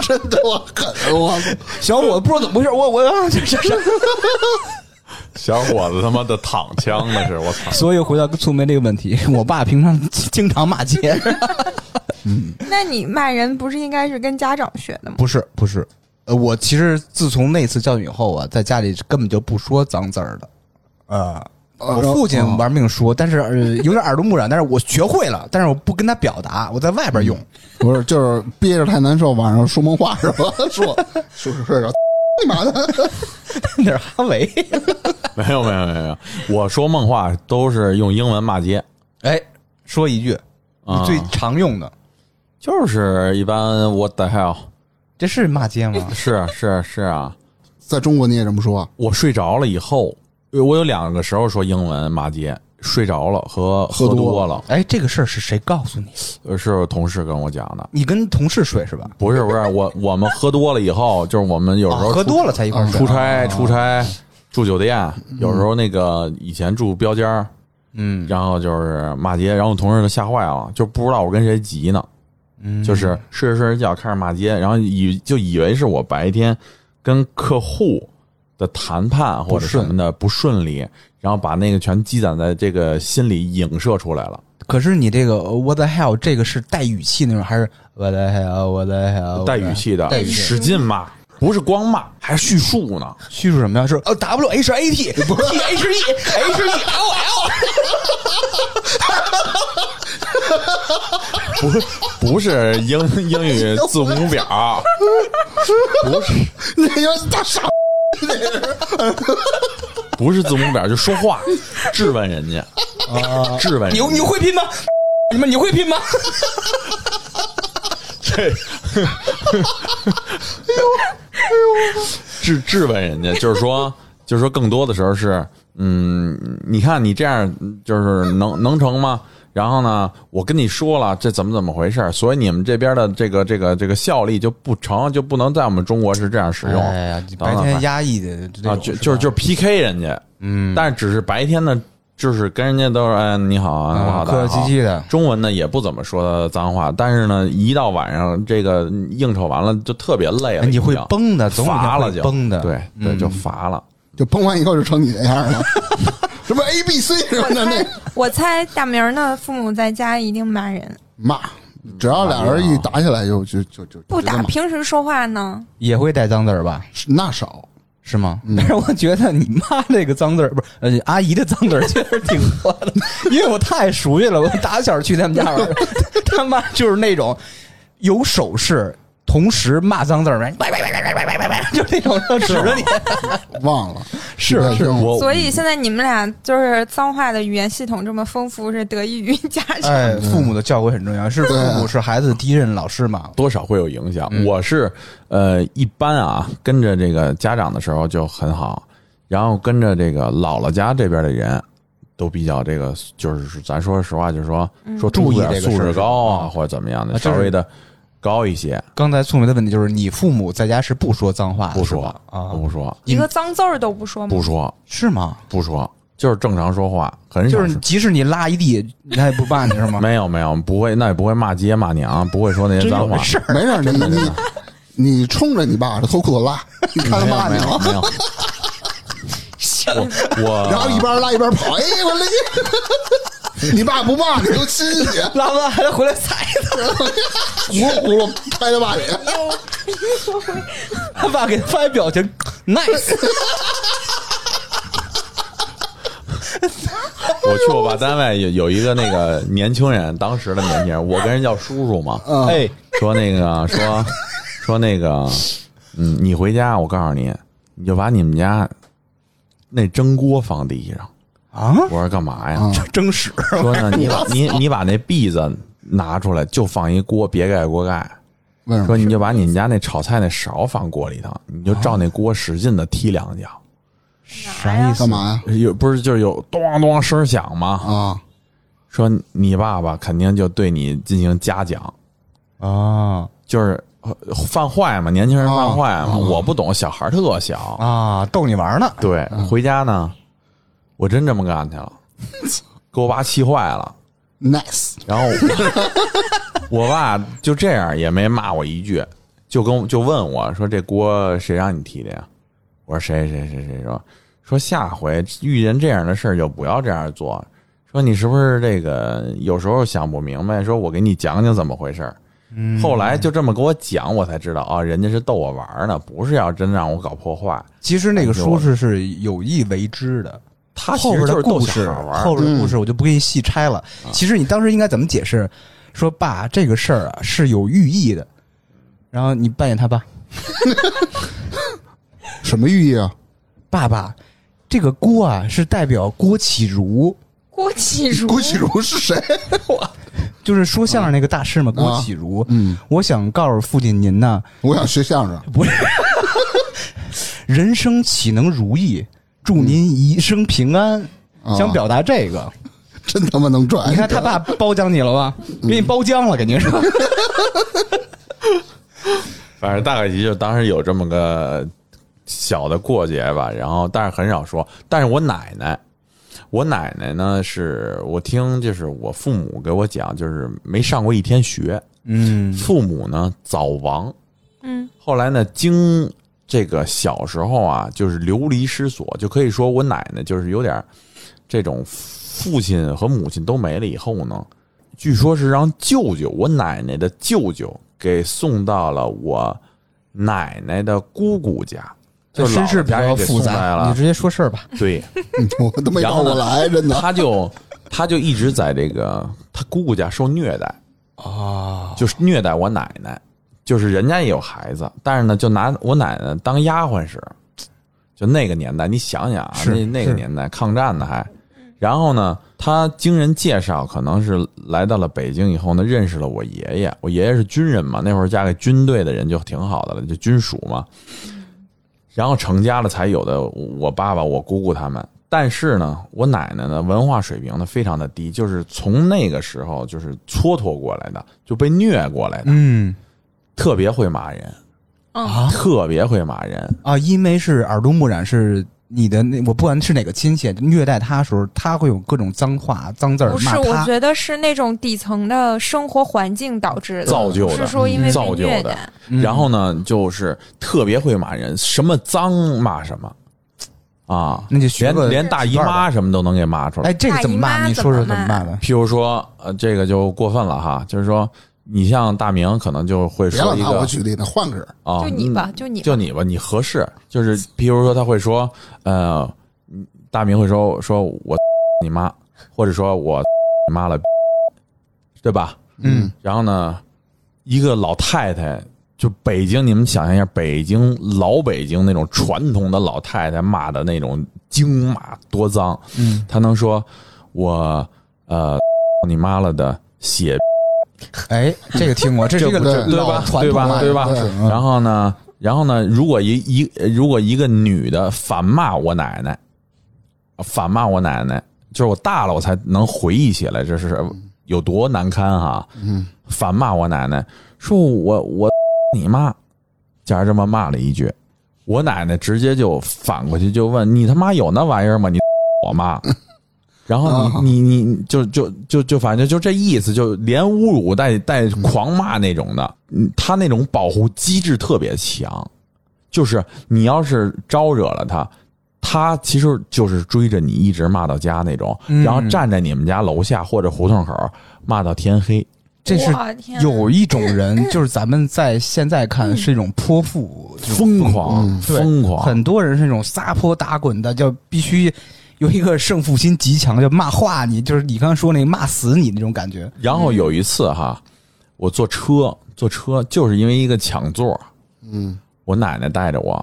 S1: 真他妈狠！我操！
S6: 小伙子不知道怎么回事，我 我啊这这这。
S3: 小伙子他妈的躺枪那是我操！
S6: 所以回到苏梅这个问题， 我爸平常经常骂街，
S5: 那你骂人不是应该是跟家长学 的吗？
S6: 不是不是，呃，我其实自从那次教训以后啊，在家里根本就不说脏字儿的，呃。我父亲玩命说，但是、呃、有点耳濡目染，但是我学会了，但是我不跟他表达，我在外边用。
S1: 不是，就是憋着太难受，晚上说梦话是吧？ 说说说 睡着，你妈的！
S6: 那是哈维，
S3: 没有没有没有没有，我说梦话都是用英文骂街，
S6: 哎，说一句、
S3: 啊
S6: 你最常用的，
S3: 就是一般 what the hell
S6: 这是骂街吗？
S3: 是是是啊，
S1: 在中国你也这么说？啊
S3: 我睡着了以后，呃我有两个时候说英文骂街，睡着了和
S1: 喝
S3: 喝
S1: 多
S3: 多了，
S6: 哎，这个事儿是谁告诉你？
S3: 呃是我同事跟我讲的。
S6: 你跟同事睡是吧？
S3: 不是不是，我我们喝多了以后，就是我们有时候
S6: 啊喝
S3: 出
S6: 多了啊才一块儿睡
S3: 出差出差住酒店，有时候那个以前住标间儿，
S6: 嗯
S3: 然后就是骂街，然后我同事都吓坏了，就不知道我跟谁急呢，
S6: 嗯
S3: 就是睡着睡着觉开始骂街，然后以就以为是我白天跟客户的谈判或者什么的不顺利，然后把那个全积攒在这个心里影射出来了。
S6: 可是你这个呃 what the hell 这个是带语气那种，还是 what the hell what the hell
S3: 带语气的
S6: 带，语气
S3: 使劲骂，不是光骂，还叙述呢。
S6: 叙述什么呀？是呃 w h a t t h e h e l l
S3: 不是不是英英语字母表，不是
S1: 你他妈大傻！
S3: 不是字母表，就说话质问人家，质问人家
S6: 你你会拼吗？你们你会拼吗？
S3: 质质问人家，就是说就是说更多的时候是嗯，你看你这样就是能能成吗？然后呢，我跟你说了这怎么怎么回事儿，所以你们这边的这个这个这个效力就不成就不能在我们中国是这样使用。
S6: 哎呀，你白
S3: 等等
S6: 天压抑的这种
S3: 啊，就就是就是 PK 人家，嗯，但是只是白天呢，就是跟人家都是哎你好啊，我好
S6: 啊
S3: 大
S6: 客
S3: 家
S6: 客
S3: 好
S6: 气气的，
S3: 中文呢也不怎么说脏话，但是呢，一到晚上这个应酬完了就特别累了，
S6: 哎你会
S3: 已经
S6: 崩的，总有一天
S3: 乏了
S6: 会
S3: 就
S6: 崩的，
S3: 对对，
S6: 嗯
S3: 就乏了。
S1: 就崩完以后就成你这样了，什么 A B C 什么的， 那
S5: 我猜大明儿的父母在家一定骂人，
S1: 骂，只要俩人一打起来就就就就
S5: 不打，
S1: 就
S5: 平时说话呢？
S6: 也会带脏字儿吧？
S1: 这么那少。
S6: 是吗？
S3: 嗯
S6: 但是我觉得你妈这个脏字儿不是呃阿姨的脏字儿确实挺多的， 因为我太熟悉了。我打小去他们家玩儿， 他妈就是那种有手势，同时骂脏字儿，喂喂喂喂喂喂喂喂，就那种指着你。
S3: 啊
S1: 忘了，
S6: 是
S1: 不太
S6: 是
S1: 清楚
S3: 我
S5: 所以现在你们俩就是脏话的语言系统这么丰富，是得益于家
S3: 呃
S5: 长。
S6: 哎，父母的教诲很重要，是父母是孩子的第一任老师嘛？
S3: 多少会有影响。
S6: 嗯
S3: 我是呃，一般啊，跟着这个家长的时候就很好，然后跟着这个姥姥家这边的人，都比较这个，就是咱说实话，就是说说
S6: 注意
S3: 点
S6: 这个
S3: 素
S6: 事儿
S3: 质
S6: 是
S3: 高啊，
S6: 吧
S3: 或者怎么样
S6: 啊
S3: 的，
S6: 这
S3: 稍
S6: 是啊
S3: 微的高一些，
S6: 刚才聪明的问题就是，你父母在家是不说脏话的，
S3: 不
S6: 是
S3: 说嗯
S6: 吧啊？
S3: 不说，
S5: 一个脏字儿都不说吗？
S3: 不说，
S6: 是吗？
S3: 不说，就是正常说话，很少
S6: 就
S3: 说。
S6: 是即使你拉一地，他也不骂你是吗？
S3: 没有没有，不会，那也不会骂街骂娘，不会说那些 脏话。
S6: 事
S1: 没事儿，你你你冲着你爸这脱裤子拉，你看他
S3: 没有
S1: 骂
S3: 没
S1: 你
S3: 有
S1: 了，
S3: 没有。我
S1: 然后一
S3: 我
S1: 边拉一边跑，哎，我勒你！ 你爸不骂你都亲你，啊
S6: 拉完还得回来踩他，
S1: 咕噜咕噜拍他爸脸。
S6: 他爸给他发一表情，nice，
S3: 我去我爸单位有有一个那个年轻人，当时的年轻人，我跟人叫叔叔嘛，
S6: 哎，
S3: 说那个说说那个，嗯，你回家我告诉你，你就把你们家那蒸锅放地上。
S6: 啊，
S3: 我说干嘛呀？
S1: 嗯啊
S6: 争屎，
S3: 说呢，你把你你把那篦子拿出来，就放一锅，别盖锅盖。
S1: 为什
S3: 说
S1: 么？
S3: 你就把你们家那炒菜那勺放锅里头，你就照那锅使劲的踢两脚，
S5: 啥呀？哎
S1: 干嘛呀？
S3: 有不是就是有咚咚声响吗？
S1: 啊，
S3: 说你爸爸肯定就对你进行嘉奖，
S6: 啊
S3: 就是呃犯坏嘛，年轻人犯坏嘛。
S1: 啊
S3: 我不懂，小孩儿特小，
S6: 啊，逗你玩呢，
S3: 对，回家呢，我真这么干去了，给我爸气坏了。
S1: ，nice，
S3: 然后我我爸就这样也没骂我一句，就跟我就问我说：“这锅谁让你提的呀？”我说：“谁谁谁谁说说下回遇见这样的事儿就不要这样做。说你是不是这个有时候想不明白？说我给你讲讲怎么回事儿。”
S6: 嗯
S3: 后来就这么给我讲，我才知道啊，人家是逗我玩儿呢，不是要真让我搞破坏。
S6: 其实那个叔是是有意为之的。
S3: 哎他其
S6: 后
S3: 实
S6: 边
S3: 就
S6: 的
S3: 是逗
S6: 故
S3: 小
S6: 事
S3: 孩玩，儿啊
S6: 后边的故事我就不给你细拆了。其实你当时应该怎么解释？说爸，这个事儿啊是有寓意的。然后你扮演他爸，
S1: 什么寓意 啊？
S6: 爸爸，这个锅啊是代表郭启儒，
S5: 郭启儒，
S1: 郭启儒是谁？
S6: 就是说相声那个大师嘛，
S1: 啊
S6: 郭启儒。
S1: 嗯，
S6: 我想告诉父亲您呢，
S1: 我想学相声。
S6: 不是， 人生岂能如意？祝
S3: 嗯
S6: 您一生平安。
S1: 啊
S6: 想表达这 个，
S1: 真他妈能转！
S6: 你看他爸包浆你了吧？给你包浆了，肯定是。
S3: 反正大概其就当时有这么个小的过节吧，然后但是很少说。但是我奶奶，我奶奶呢是我听就是我父母给我讲，就是没上过一天学，
S6: 嗯
S3: 父母呢早亡，
S5: 嗯，
S3: 后来呢经这个小时候啊，就是流离失所，就可以说我奶奶就是有点儿这种父亲和母亲都没了以后呢，据说是让舅舅，我奶奶的舅舅给送到了我奶奶的姑姑家，就
S6: 身世比较复
S3: 来
S6: 杂，你
S3: 了
S6: 直。接说事儿吧。
S3: 对，
S1: 嗯 我都没倒过来，真的。
S3: 他就他就一直在这个他姑姑家受虐待。
S6: 啊，
S3: 就是虐待我奶奶，就是人家也有孩子，但是呢，就拿我奶奶当丫鬟使。就那个年代，你想想啊，
S6: 是
S3: 那那个
S6: 是
S3: 年代抗战呢还。然后呢，他经人介绍，可能是来到了北京以后呢，认识了我爷爷。我爷爷是军人嘛，那会儿嫁给军队的人就挺好的了，就军属嘛。然后成家了才有的我爸爸、我姑姑他们。但是呢，我奶奶呢，文化水平呢非常的低，就是从那个时候就是蹉跎过来的，就被虐过来的，
S6: 嗯
S3: 特别会骂人，
S5: 嗯，
S3: 特别会骂人。
S6: 啊，因为是耳濡目染，是你的那我不管是哪个亲戚虐待他的时候，他会有各种脏话、脏字儿
S5: 不是
S6: 骂，
S5: 我
S6: 他。
S5: 觉得是那种底层的生活环境导致的，
S3: 造就的
S5: 不是说因为被
S3: 造就
S5: 虐
S3: 的
S5: 待，
S6: 嗯
S3: 然后呢，就是特别会骂人，什么脏骂什么，啊，
S6: 那就学
S3: 连
S6: 个
S3: 连大姨妈什么都能给骂出来。
S6: 哎，这个怎么
S5: 大
S6: 骂？
S5: 姨妈
S6: 你说说
S5: 怎么
S6: 怎么骂的？
S3: 譬如说，呃，这个就过分了哈，就是说，你像大明可能就会
S1: 别老
S3: 说一
S1: 拿
S3: 个
S1: 我举例呢，换个人。
S3: 啊，
S5: 就你吧
S3: 嗯，
S5: 就你吧，
S3: 就你吧，你合适。就是譬如说，他会说，呃，大明会说说我 你妈，或者说我 你妈了，对吧？
S6: 嗯，
S3: 然后呢，一个老太太，就北京，你们想象一下，北京老北京那种传统的老太太骂的那种惊骂多脏，
S6: 嗯，
S3: 她能说我呃 你妈了的血，
S6: 哎，这个听过，这是一个
S1: 这不
S3: 对
S6: 老
S3: 吧？
S6: 传
S3: 对
S6: 统
S3: 吧？
S6: 啊
S3: 对吧？
S1: 对
S6: 嗯
S3: 然后呢，然后呢，如果一一如果一个女的反骂我奶奶，反骂我奶奶，就是我大了我才能回忆起来这是有多难堪哈、
S1: 嗯，
S3: 反骂我奶奶，说我我你妈，假如这么骂了一句，我奶奶直接就反过去就问你他妈有那玩意儿吗？你 我妈。然
S6: 啊
S3: 后你你你就就就就反正就这意思，就连侮辱带带狂骂那种的，嗯他那种保护机制特别强，就是你要是招惹了他，他其实就是追着你一直骂到家那种，
S6: 嗯
S3: 然后站在你们家楼下或者胡同口骂到天黑。
S6: 这是
S5: 哇天啊哪嗯
S6: 有一种人，就是咱们在现在看是一种泼妇，就是
S3: 疯狂，
S6: 嗯对
S3: 疯狂，
S6: 很多人是那种撒泼打滚的，叫必须有一个胜负心极强，叫骂化你，就是你刚刚说那个骂死你那种感觉。
S3: 然后有一次哈，我坐车坐车，就是因为一个抢座，
S1: 嗯，
S3: 我奶奶带着我。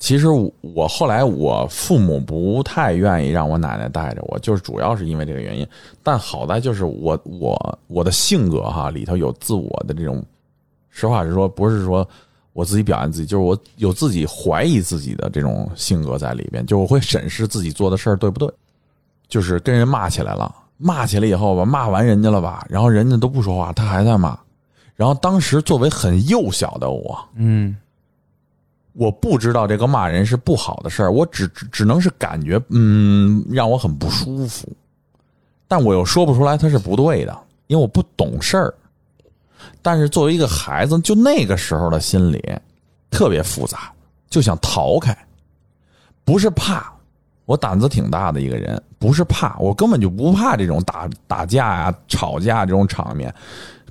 S3: 其实我我后来我父母不太愿意让我奶奶带着我，就是主要是因为这个原因。但好在就是我我我的性格哈里头有自我的这种，实话实说，不是说我自己表现自己，就是我有自己怀疑自己的这种性格在里边，就我会审视自己做的事儿对不对，就是跟人骂起来了，骂起来以后吧，骂完人家了吧，然后人家都不说话，他还在骂。然后当时作为很幼小的我，
S2: 嗯，
S3: 我不知道这个骂人是不好的事儿，我只只只能是感觉，嗯，让我很不舒服，但我又说不出来他是不对的，因为我不懂事儿。但是作为一个孩子，就那个时候的心理特别复杂，就想逃开，不是怕，我胆子挺大的一个人，不是怕，我根本就不怕这种打打架呀、吵架这种场面，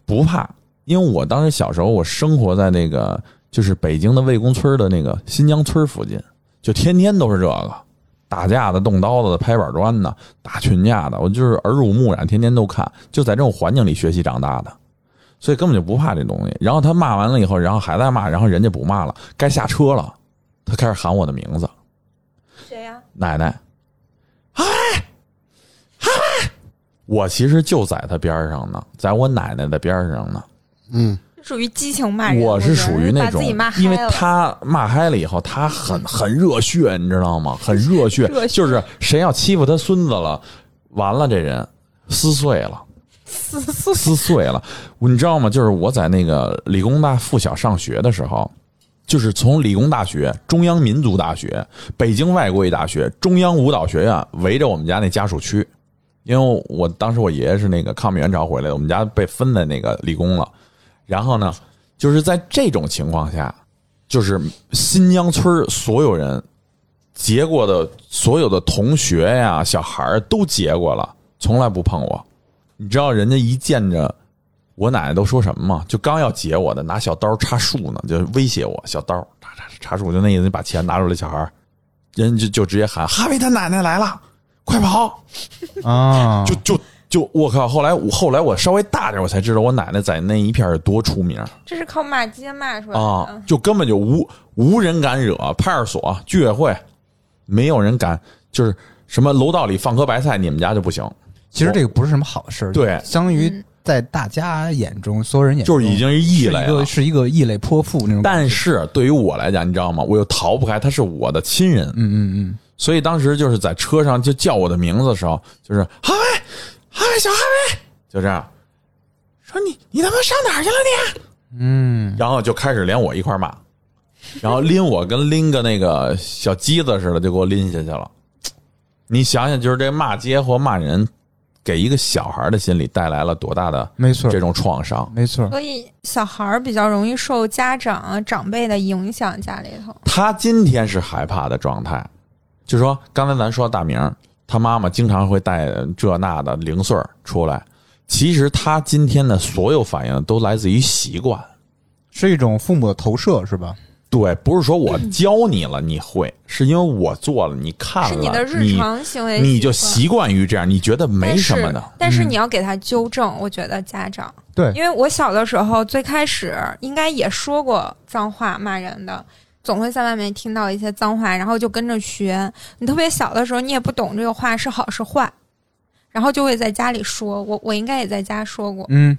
S3: 不怕，因为我当时小时候，我生活在那个就是北京的魏公村的那个新疆村附近，就天天都是这个打架的、动刀子的、拍板砖的、打群架的，我就是耳濡目染，天天都看，就在这种环境里学习长大的，所以根本就不怕这东西。然后他骂完了以后，然后还在骂，然后人家不骂了，该下车了，他开始喊我的名字，
S5: 谁啊呀、
S3: 奶奶，哎，哎，我其实就在他边上呢，在我奶奶的边上呢。
S1: 嗯，
S5: 属于激情骂人。
S3: 我
S5: 我
S3: 是
S5: 觉得
S3: 属于那
S5: 把
S3: 种
S5: 自己骂，嗨
S3: 因为
S5: 了
S3: 他骂嗨了以后，他 很很热血，你知道吗？很热血，
S5: 热血
S3: 就是谁要欺负他孙子了，完了这人撕碎了，
S5: 撕碎
S3: 撕碎了，你知道吗？就是我在那个理工大附小上学的时候，就是从理工大学、中央民族大学、北京外国语大学、中央舞蹈学院围着我们家那家属区，因为我当时我爷爷是那个抗美援朝回来的，我们家被分在那个理工了。然后呢，就是在这种情况下，就是新疆村儿所有人结过的所有的同学呀、小孩儿都结过了，从来不碰我。你知道人家一见着我奶奶都说什么吗？就刚要截我的，拿小刀插树呢，就威胁我，小刀插插插树，就那意思，你把钱拿出来，小孩儿，人就就直接喊哈维他奶奶来了，快跑！
S2: 啊，
S3: 就就就我靠！后来我后来我稍微大点，我才知道我奶奶在那一片儿有多出名
S5: 这是靠骂街骂出来的。嗯
S3: 啊，就根本就无无人敢惹，派出所、居委会，没有人敢，就是什么楼道里放颗白菜，你们家就不行，
S2: 其实这个不是什么好事，
S3: 对
S2: 相当于在大家眼中，所有人眼中
S3: 就是已经是异类
S2: 是一
S3: 了
S2: 个。是一个异类泼妇那种感觉。
S3: 但是对于我来讲，你知道吗？我又逃不开，他是我的亲人，
S2: 嗯嗯
S3: 所以当时就是在车上就叫我的名字的时候，就是哈维，哈维，小哈维，就这样说你你他妈上哪儿去了你？啊
S2: 嗯
S3: 然后就开始连我一块儿骂，然后拎我跟拎个那个小鸡子似的，就给我拎下去了。你想想，就是这骂街或骂人，给一个小孩的心理带来了多大的
S2: 嗯，没错
S3: 这，种创伤？
S2: 没错，
S5: 所以小孩儿比较容易受家长啊、长辈的影响，家里头
S3: 他今天是害怕的状态，就说刚才咱说大明儿，他妈妈经常会带这那的零碎儿出来。其实他今天的所有反应都来自于习惯，
S2: 是一种父母的投射，是吧？
S3: 对，不是说我教你了你会，是因为我做了，你看
S5: 是你的
S3: 了，
S5: 日
S3: 你
S5: 常行为
S3: 你就
S5: 习
S3: 习惯于这样，你觉得
S5: 惯
S3: 没什么的。
S5: 但是。但是
S2: 嗯
S5: 你要给他纠正，我觉得家长，
S2: 对
S5: 因为我小的时候最开始应该也说过脏话骂人的。总会在外面听到一些脏话，然后就跟着学。你特别小的时候，你也不懂这个话是好是坏，然后就会在家里说。我我应该也在家说过，
S2: 嗯，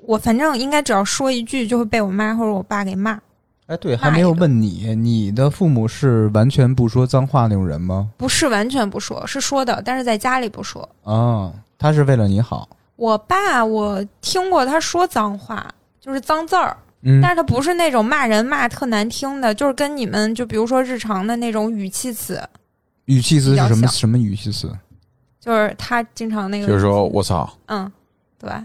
S5: 我反正应该只要说一句，就会被我妈或者我爸给骂。
S2: 哎，对，
S5: 骂
S2: 还没有
S5: 一个
S2: 问你，你的父母是完全不说脏话那种人吗？
S5: 不是完全不说，是说的，但是在家里不说。
S2: 啊，他是为了你好，
S5: 我爸，我听过他说脏话，就是脏字儿，
S2: 嗯
S5: 但是他不是那种骂人骂特难听的，就是跟你们就比如说日常的那种语气词，
S2: 语气词是
S5: 比较
S2: 什么
S5: 像
S2: 什么语气词？
S5: 就是他经常那个，
S3: 就是说我操，
S5: 嗯，对吧？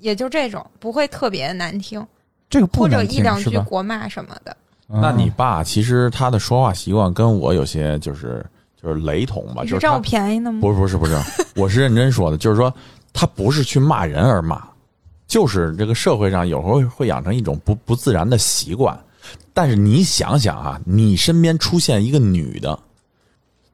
S5: 也就这种，不会特别难听，
S2: 这个不
S5: 或者
S2: 能
S5: 一
S2: 听
S5: 两
S2: 是
S5: 句
S2: 吧？
S5: 国骂什么的。
S3: 那你
S2: 啊
S3: 爸其实他的说话习惯跟我有些就是就是雷同吧，
S5: 你
S3: 就是是
S5: 占
S3: 他
S5: 我便宜呢吗？
S3: 不是不是不是，我是认真说的，就是说他不是去骂人而骂，就是这个社会上有时候会养成一种不不自然的习惯。但是你想想啊，你身边出现一个女的，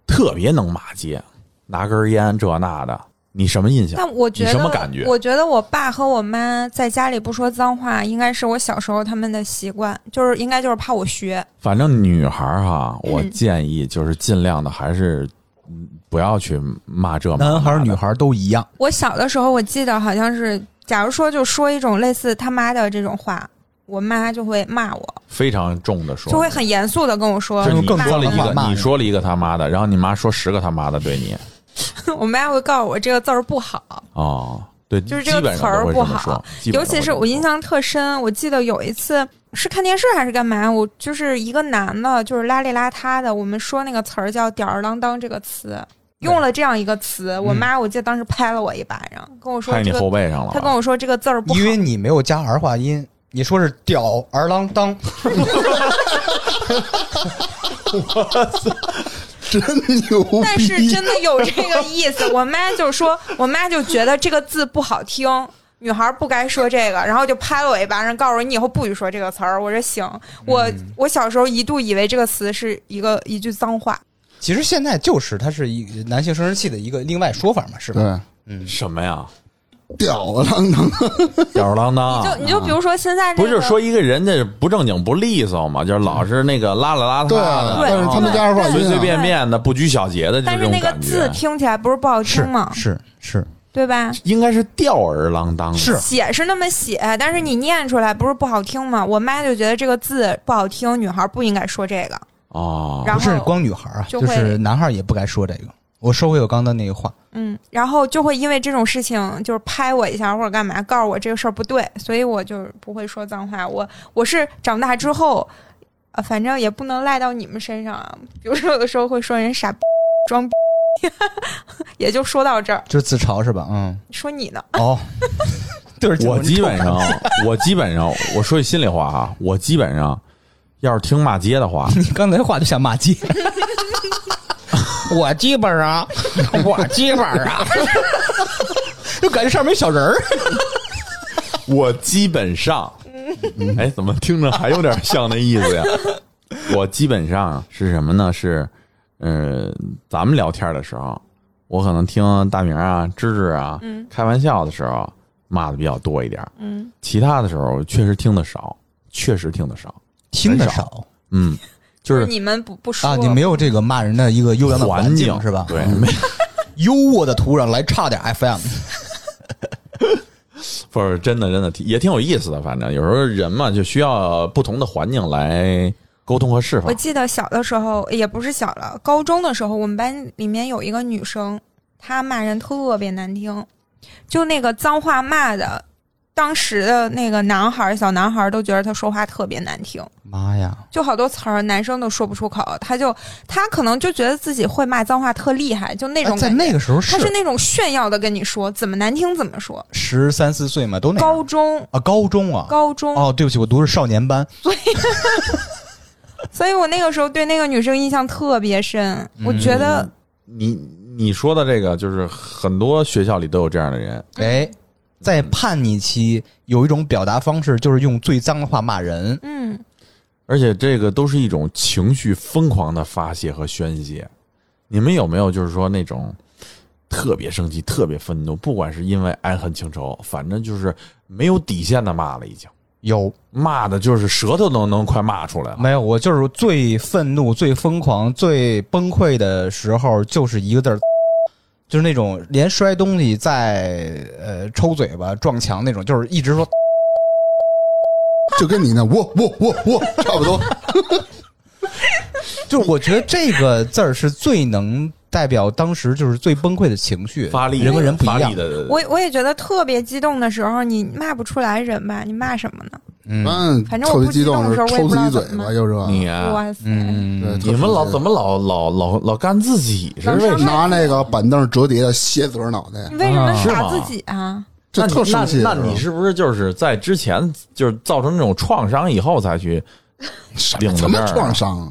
S3: 特别能骂街，拿根烟这那的，你什么印象？
S5: 但我觉得，
S3: 你什么感觉
S5: 我觉得我爸和我妈在家里不说脏话，应该是我小时候他们的习惯，就是应该就是怕我学。
S3: 反正女孩儿哈，我
S5: 嗯
S3: 建议就是尽量的还是嗯不要去骂这骂
S2: 男孩儿
S3: 那
S2: 女
S3: 的
S2: 孩儿都一样，
S5: 我小的时候，我记得好像是，假如说就说一种类似他妈的这种话，我妈就会骂我，
S3: 非常重的说，
S5: 就会很严肃的跟我说
S3: 就是你
S2: 更
S5: 骂
S3: 说了
S2: 多
S3: 一
S2: 的话
S3: 个，
S2: 骂
S3: 你
S2: 你
S3: 说了一个他妈的，然后你妈说十个他妈的对你，
S5: 我妈会告诉我这个字儿不好，
S3: 哦，对，
S5: 就是
S3: 基
S5: 这个
S3: 本上
S5: 词儿
S3: 都会
S5: 不
S3: 这么
S5: 好
S3: 说，基本上
S5: 尤
S3: 都
S5: 其
S3: 会
S5: 是
S3: 这么
S5: 我印
S3: 说
S5: 象特深，我记得有一次是看电视还是干嘛，我就是一个男的，就是邋里邋遢的，我们说那个词儿叫“吊儿郎当”这个词，用了这样一个词，我妈我记得当时拍了我一巴掌，跟我说
S3: 嗯拍
S5: 这
S3: 你
S5: 个
S3: 后，背上了吧，
S5: 她跟我说这个字儿不好
S6: 因，为你没有加儿化音，你说是吊儿郎当，
S1: 真牛逼！
S5: 但是真的有这个意思。我妈就说，我妈就觉得这个字不好听，女孩不该说这个，然后就拍了我一巴掌，告诉我你以后不许说这个词儿。我说行，我、
S3: 嗯
S5: 我小时候一度以为这个词是一个一句脏话，
S6: 其实现在就是它是一男性生殖器的一个另外说法嘛，是吧？
S1: 对，
S3: 什么呀？
S1: 吊儿郎当，
S3: 吊儿郎当，
S5: 就 你就比如说现在、这
S3: 啊不
S5: 个、
S3: 是说一个人家不正经不利索嘛，就是老是那个邋里邋遢
S1: 对
S3: 的，
S1: 啊，
S5: 对
S1: 但是他们家是话
S5: 对
S1: 音
S3: 随
S1: 啊
S3: 随便便的，不拘小节的，就
S5: 但
S3: 这
S5: 是
S3: 种
S5: 那个
S3: 感觉，
S5: 字听起来不是不好听吗？
S6: 是是
S5: 对吧？
S3: 应该是吊儿郎当的，
S6: 是
S5: 写是那么写，但是你念出来不是不好听吗？我妈就觉得这个字不好听，女孩不应该说这个。
S3: 哦，
S5: 然
S6: 不是
S5: 后
S6: 光女孩啊，
S5: 就
S6: 就
S5: 会
S6: 是男孩也不该说这个。我收回我刚才那个话，
S5: 嗯，然后就会因为这种事情，就是拍我一下或者干嘛，告诉我这个事儿不对，所以我就不会说脏话。我我是长大之后，呃，反正也不能赖到你们身上啊。比如说有的时候会说人傻逼、装逼， 也就说到这儿。
S6: 这是自嘲是吧？嗯，
S5: 说你呢？
S6: 哦，对不起，
S3: 我
S6: 是
S3: 基
S6: 臭
S3: 本
S6: 男
S3: 上，我基本上，我说句心里话啊，我基本上要是听骂街的话，
S6: 你刚才话就想 骂街，我基本上，我基本 上，就感觉上面有小人儿。
S3: 我基本上，
S6: 嗯
S3: 哎，怎么听着还有点像那意 思呀？我基本上是什么呢？是，呃，咱们聊天的时候，我可能听大明啊、芝芝啊、
S6: 嗯
S3: 开玩笑的时候骂的比较多一点，
S5: 嗯，
S3: 其他的时候确实听得少，确实听得少，
S6: 听
S3: 得
S6: 得
S3: 少
S6: 少
S3: 嗯，就
S5: 就是你们不不说
S6: 啊，你没有这个骂人的一个优良的
S3: 环
S6: 境是吧？
S3: 对，
S6: 嗯
S3: 没
S6: 优渥的土壤来差 点 FM，
S3: 不是真的，真的挺也挺有意思的。反正有时候人嘛，就需要不同的环境来沟通和释放
S5: 我。记得小的时候，也不是小了，高中的时候，我们班里面有一个女生，她骂人特别难听，就那个脏话骂的，当时的那个男孩儿、小男孩儿都觉得她说话特别难听，
S6: 妈呀！
S5: 就好多词儿男生都说不出口，她就她可能就觉得自己会骂脏话特厉害，就那种
S6: 哎在
S5: 感觉。
S6: 那个时候
S5: 她
S6: 是
S5: 是那种炫耀的跟你说，怎么难听怎么说。
S6: 十三四岁嘛，都那样
S5: 高中，
S6: 啊，高中啊，
S5: 高中，
S6: 哦，对不起，我读的是少年班，
S5: 所以我那个时候对那个女生印象特别深，我觉得
S3: 你你说的这个，就是很多学校里都有这样的人，
S5: 嗯
S6: 哎。在叛逆期，有一种表达方式就是用最脏的话骂人。
S5: 嗯，
S3: 而且这个都是一种情绪疯狂的发泄和宣泄。你们有没有就是说那种特别生气、特别愤怒，不管是因为爱恨情仇，反正就是没有底线的骂了，已经
S6: 有
S3: 骂的就是舌头都能快骂出来了。
S6: 没有？我就是最愤怒、最疯狂、最崩溃的时候，就是一个字儿， 就是那种连摔东西在呃抽嘴巴、撞墙那种，就是一直说
S1: 就跟你那我我我我差不多。
S6: 就是我觉得这个字儿是最能代表当时就是最崩溃的情绪，
S3: 嗯发力
S6: 人跟人不一
S3: 发力
S6: 样。
S3: 的，
S5: 我我也觉得特别激动的时候，你骂不出来人吧？你骂什么呢？
S6: 嗯
S1: 嗯，
S5: 反正我
S1: 特别激动，
S5: 不激动的时候
S1: 抽自己嘴
S5: 我
S1: 巴，
S5: 也
S1: 又这
S3: 你啊
S5: 哇塞！
S1: 对
S6: 嗯，
S1: 特
S3: 你们老
S1: 生气
S3: 怎么老老老老干自己是为什么？
S1: 拿那个板凳折叠斜嘴脑袋
S5: 你，为什么打
S3: 啊
S5: 自己啊？
S1: 这特生气。
S3: 那你那。那你是不是就是在之前就是造成这种创伤以后才去领的
S1: 什么创伤？啊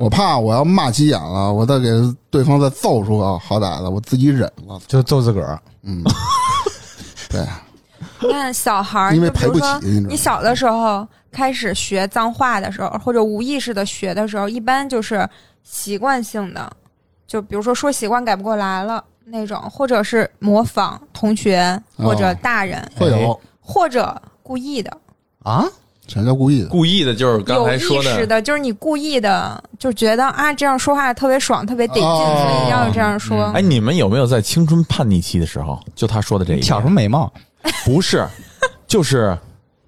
S1: 我怕我要骂急眼了，我再给对方再揍出个好歹的，我自己忍了。
S6: 就揍自个儿。
S1: 嗯，对，
S5: 你看小孩儿，
S1: 因为
S5: 就比如
S1: 赔不
S5: 说
S1: 起你知道吗
S5: 你小的时候开始学脏话的时候，或者无意识的学的时候，一般就是习惯性的，就比如说说习惯改不过来了那种，或者是模仿同学
S1: 哦
S5: 或者大人，
S1: 会
S6: 哎
S1: 有
S5: 或者故意的、
S6: 啊，
S1: 全叫故意的。
S3: 故意的，就是刚
S5: 有
S3: 才
S5: 意
S3: 说
S5: 识的，就是你故意的，就觉得啊这样说话特别爽，特别得劲，
S1: 哦嗯
S5: 所以一定要这样说。
S3: 哎，你们有没有在青春叛逆期的时候，就他说的这一
S6: 你挑什
S3: 点？
S6: 么眉毛？
S3: 不 是，就是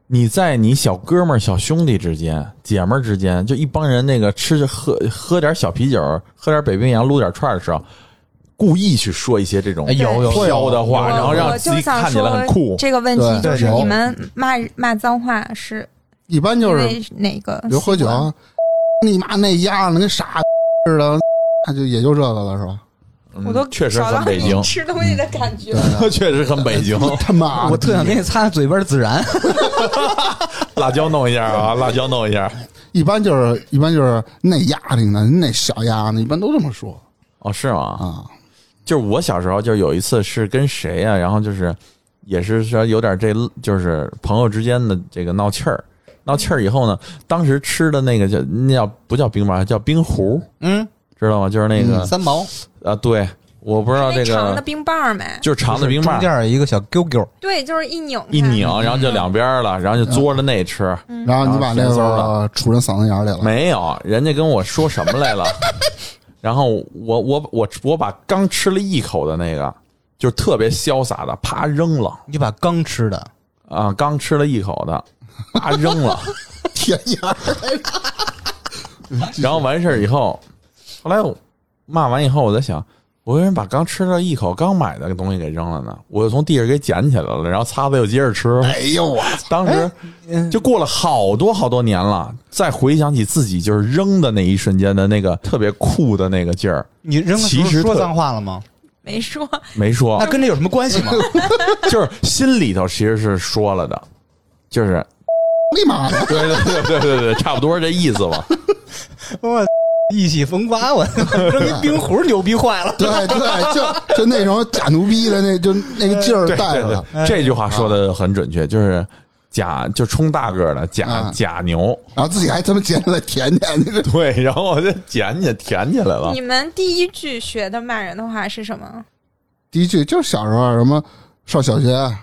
S3: 你在你小哥们儿、小兄弟之间、姐们儿之间，就一帮人那个吃喝喝点小啤酒，喝点北冰洋，撸点串儿的时候，故意去说一些这种
S6: 哎有有有
S3: 飘的话，
S5: 我
S3: 然后让
S5: 我
S3: 自
S5: 就
S3: 己
S5: 想
S3: 看起来很
S5: 说
S3: 酷。
S5: 这个问题
S1: 对
S5: 就是
S1: 有
S5: 你们骂骂脏话是
S1: 一般
S5: 因
S1: 就是
S5: 为哪个？
S1: 比如喝酒，啊， 你妈那丫的跟傻似的，那就也就这个了，是吧？
S3: 嗯
S5: 我都
S3: 确实
S5: 找到
S3: 很北
S5: 你
S3: 京，
S5: 吃东西的感觉。
S3: 确实很北京。
S1: 啊他
S6: 啊
S1: 妈的，
S2: 我特想给你擦擦嘴边的孜然，
S3: 辣椒弄一下啊，辣椒弄一下。
S1: 一般就是一般就是那丫的呢，那小丫的，一般都这么说
S3: 哦，是吗？
S1: 啊。
S3: 就是我小时候，就是有一次是跟谁呀、然后就是也是说有点这，就是朋友之间的这个闹气儿，闹气儿以后呢，当时吃的那个叫那叫不叫冰棒，叫冰壶，
S6: 嗯，
S3: 知道吗？就是那个、
S6: 三毛
S3: 啊，对，我不知道这
S5: 那长的
S3: 个，
S5: 冰棒儿没？
S3: 就是长的冰
S6: 中
S3: 棒
S6: 间有一个小勾勾，
S5: 对，就是一拧开
S3: 一拧，然后就两边儿了，然后就嘬着那吃。
S5: 嗯
S1: 然后你把那
S3: 然后甜丝儿了
S1: 个杵人嗓子眼儿里了，
S3: 没有，人家跟我说什么来了？然后我我我我把刚吃了一口的那个，就是特别潇洒的，啪扔了。
S6: 你把刚吃的，
S3: 啊，刚吃了一口的，啊 扔了，
S1: 天呀，
S3: 然后完事儿以后，后来我骂完以后，我在想，我为什么把刚吃了一口刚买的东西给扔了呢？我又从地上给捡起来了，然后擦擦又接着吃。
S1: 哎呦我操！哎嗯
S3: 当时就过了好多好多年了，再回想起自己就是扔的那一瞬间的那个特别酷的那个劲儿，
S6: 你扔的时
S3: 其
S6: 候
S3: 实
S6: 说
S3: 特
S6: 脏话了吗？
S5: 没说。
S3: 没说
S6: 那，跟这有什么关系 吗？
S3: 就是心里头其实是说了的， 就是
S1: 你妈的，
S3: 对对对对对对，差不多这意思吧。
S6: 我意气风发， 我扔一冰壶牛逼坏了。
S1: 对对，就就那种假牛逼的那就那个劲儿
S3: 对
S1: 带
S3: 对
S1: 着了，
S3: 对，这句话说
S6: 哎
S3: 的很准确，就是假就冲大个儿的假
S1: 啊
S6: 嗯
S3: 假牛，
S1: 然后自己还他妈捡起来舔舔，那个
S3: 对，然后我就捡起来舔起来了
S5: 你。们第一句学的骂人的话是什么？
S1: 第一句就是小时候啊什么上小学啊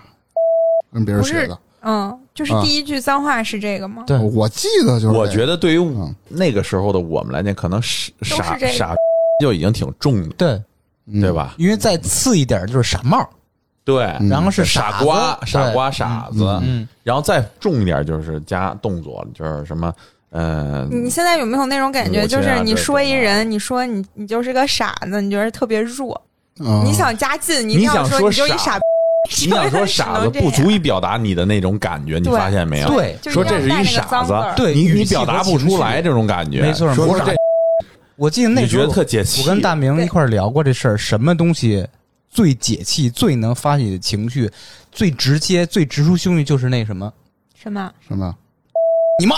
S1: 跟别人
S5: 不
S1: 学
S5: 是
S1: 的，
S5: 嗯，就是
S1: 啊
S5: 第一句脏话是这个吗？
S6: 对
S1: 我记得就是
S3: 我觉
S1: 得
S3: 得对于
S1: 嗯
S3: 那个时候的我们来讲，可能傻
S5: 是
S3: 傻
S5: 这个
S3: 傻就已经挺重的，
S6: 对，
S1: 嗯
S6: 嗯
S3: 对？吧？
S6: 因为再次一点就是傻帽，
S3: 对，
S6: 然后是嗯傻
S3: 嗯傻
S6: 子
S3: 瓜傻。瓜
S6: 对
S3: 傻子，
S6: 嗯，
S3: 然后再重一点就是加动作，就是什么呃，
S5: 你现在有没有那种感
S3: 我
S5: 觉？
S3: 觉
S5: 就
S3: 得啊
S5: 是你
S3: 这
S5: 说一
S3: 种啊
S5: 人，你说你你就是个傻子，你觉得特别弱，
S1: 嗯，
S5: 你想加劲，你一
S3: 你
S5: 定要
S3: 想
S5: 说
S3: 说
S5: 你就
S3: 傻
S5: 一傻逼，
S3: 你想说傻子不足以表达你的那种感觉，你
S5: 对
S3: 发现没有？
S6: 对
S5: 就
S3: 说
S5: 一定
S3: 这是一
S5: 要带那个
S3: 傻
S5: 脏字儿
S3: 子，
S6: 对
S3: 你
S6: 语
S3: 你
S6: 气
S3: 表达
S6: 和
S3: 不
S6: 情
S3: 出
S6: 绪
S3: 来这种感觉，
S6: 没错
S3: 说
S6: 没
S3: 是
S6: 错
S3: 这
S6: 我记得那
S3: 你
S6: 时
S3: 觉
S6: 候
S3: 得特解气，
S6: 我跟大明一块儿聊过这事儿，什么东西最解气、最能发泄情绪、最直接、最直抒胸臆，就是那什么，
S5: 什么？
S1: 什么？
S6: 你妈！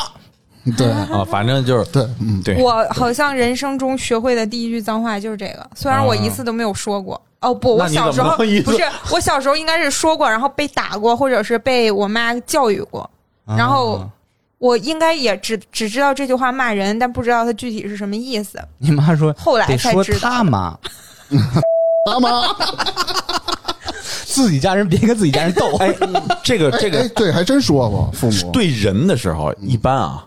S1: 对
S3: 啊，反正就是
S1: 对，嗯，
S3: 对
S5: 我好像人生中学会的第一句脏话就是这个，虽然我一次都没有说过。哦
S3: 啊
S5: 不，
S3: 那
S5: 我
S3: 你
S5: 小时
S3: 怎么
S5: 候
S3: 能一次
S5: 不是，我小时候应该是说过，然后被打过，或者是被我妈教育过。然后
S6: 啊
S5: 我应该也只只知道这句话骂人，但不知道它具体是什么意思。
S6: 你妈说
S5: 后来
S6: 得
S5: 才
S6: 说
S5: 知道，
S6: 他妈，
S1: 大妈，
S6: 自己家人别跟自己家人 斗。哎，
S3: 这个
S1: 哎
S3: 这
S1: 哎
S3: 个
S1: 对，还真说过父母，
S3: 对人的时候，
S6: 嗯
S3: 一般啊，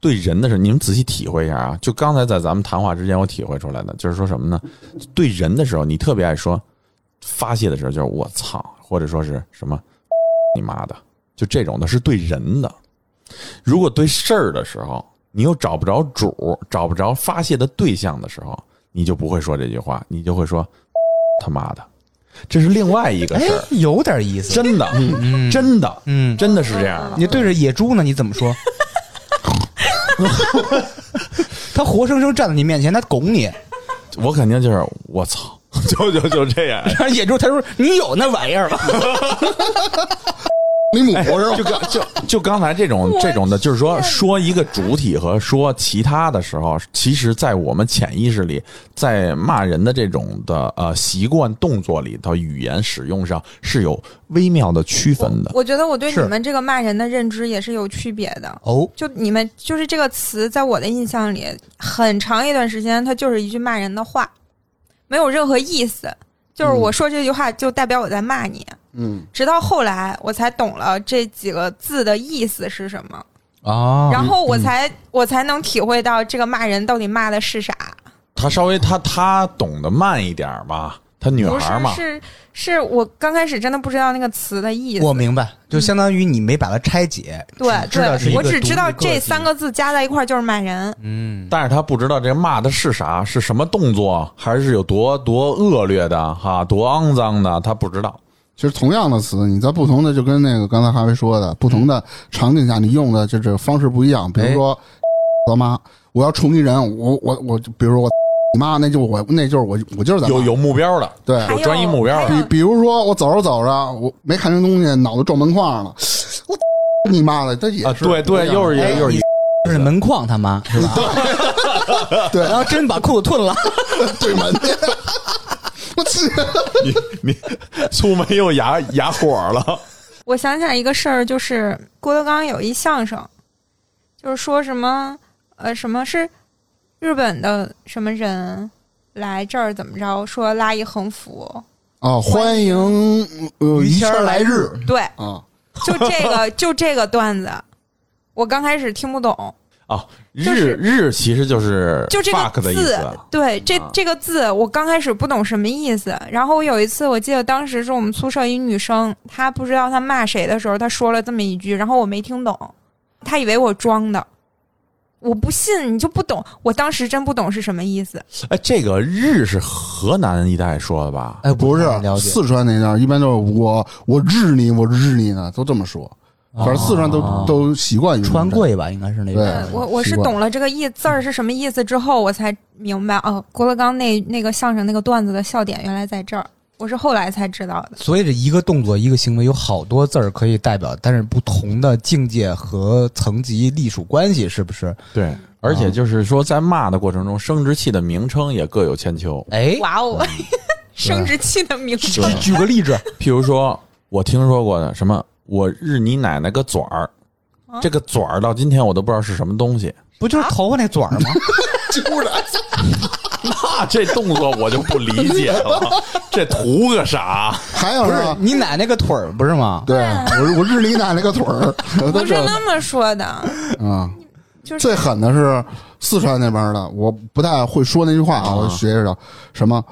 S3: 对人的时候，你们仔细体会一下啊。就刚才在咱们谈话之前，我体会出来的就是说什么呢？对人的时候，你特别爱说发泄的时候，就是我操，或者说是什么你妈的，就这种的是对人的。如果对事儿的时候，你又找不着主，找不着发泄的对象的时候，你就不会说这句话，你就会说 他妈的，这是另外一个事儿。
S6: 哎有点意思。
S3: 真的，真的，
S6: 嗯
S3: 真的是这样的。啊
S6: 你对着野猪呢，你怎么说？ 他活生生站在你面前，他拱你，
S3: 我肯定就是我操， 就就就这样。
S6: 然后野猪他说：“你有那玩意儿吗
S1: 你母
S3: 我是就刚就就刚才这种这种的，就是说说一个主体和说其他的时候，其实，在我们潜意识里，在骂人的这种的呃习惯动作里头，语言使用上是有微妙的区分的。
S5: 我觉得我对
S6: 是
S5: 你们这个骂人的认知也是有区别的？”。
S6: 哦，
S5: 就你们就是这个词，在我的印象里，很长一段时间，它就是一句骂人的话，没有任何意思。就是
S6: 嗯
S5: 我说这句话，就代表我在骂你。
S1: 嗯，
S5: 直到后来，我才懂了这几个字的意思是什么，
S6: 啊
S5: 然后我才我才能体会到这个骂人到底骂的是啥。
S3: 他稍微他他懂得慢一点吧，她女
S5: 不是
S3: 孩儿嘛，
S5: 是是我刚开始真的不知道那个词的意思。
S6: 我明白，就相当于你没把它拆解，
S5: 对
S6: 只知道是
S5: 对，
S6: 一个
S5: 我只知道
S6: 独立个体
S5: 这三个字加在一块儿就是骂人。
S6: 嗯，
S3: 但是她不知道这骂的是啥，是什么动作，还是有多多恶劣的哈，多肮脏的，她不知道。
S1: 其实同样的词，你在不同的就跟那个刚才哈维说的，不同的场景下你用的这这方式不一样。
S3: 哎
S1: 比如说，他妈，我要冲一人，我我我，就比如说我你妈，那就我那就是我我就是在骂
S3: 有有目标的，
S1: 对。
S5: 还有
S3: 专一目标
S5: 还
S1: 比
S5: 有
S1: 比如说，我走着走着，我没看清东西，脑子撞门框了，我你妈了，这也是、
S3: 啊，对对，又是一
S5: 哎
S1: 也
S3: 个又 是一个
S2: 就是门框他妈是吧？
S1: 对
S2: 然后真把裤子吞了，
S1: 对门 去，我去，
S3: 你你粗眉又哑哑火了，
S5: 我想起来一个事儿，就是郭德纲有一相声，就是说什么呃什么是日本的什么人来这儿怎么着，说拉一横幅，
S1: 啊，欢迎呃
S6: 于
S1: 于
S6: 谦
S1: 谦
S6: 儿
S1: 儿
S6: 来
S1: 来
S6: 日
S1: 日
S5: 对，
S1: 啊，
S5: 就这个就这个段子，我刚开始听不懂，就是
S3: 日日其实就是
S5: 就这
S3: fuck
S5: 个
S3: 的意
S5: 字
S3: 思，，
S5: 对，这
S3: 啊
S5: 这个字我刚开始不懂什么意思。然后我有一次，我记得当时是我们宿舍一女生，她不知道她骂谁的时候，她说了这么一句，然后我没听懂，她以为我装的，我不信，你就不懂。我当时真不懂是什么意思。
S3: 哎，这个日是河南一带说的吧？
S2: 哎，不
S1: 不是
S2: 了解，
S1: 四川那边儿一般都是我我日你我日你呢，都这么说，
S6: 啊
S1: 反正四川都、
S2: 哦
S1: 都习惯于这么
S2: 川
S1: 着
S2: 贵吧，应该是那
S1: 对
S2: 个。
S5: 呃我我
S1: 习
S5: 是
S1: 惯
S5: 懂了这个意字儿是什么意思之后，我才明白哦，郭德纲那那个相声那个段子的笑点原来在这儿，我是后来才知道的。
S6: 所以这一个动作一个行为有好多字儿可以代表，但是不同的境界和层级隶属关系是不是？
S3: 对，嗯而且就是说，在骂的过程中，生殖器的名称也各有千秋。
S6: 哎，
S5: 哇哦，
S3: 嗯
S5: 生殖器的名称。
S3: 啊
S6: 举个例子，
S3: 譬如说，我听说过的什么“我日你奶奶个嘴儿”，
S5: 啊
S3: 这个嘴儿到今天我都不知道是什么东西。
S6: 不就是头发那嘴儿吗？
S3: 那啊这动作我就不理解了， 这图个啥？
S1: 还有
S6: 不是
S1: 呢，
S6: 你奶奶个腿儿不是吗？
S1: 对我我日你奶奶个腿儿，我都
S5: 不
S1: 知
S5: 是
S1: 道
S5: 那么说的，
S1: 啊。
S5: 就是
S1: 最狠的是四川那边儿的，我不太会说那句话啊，我学着什么，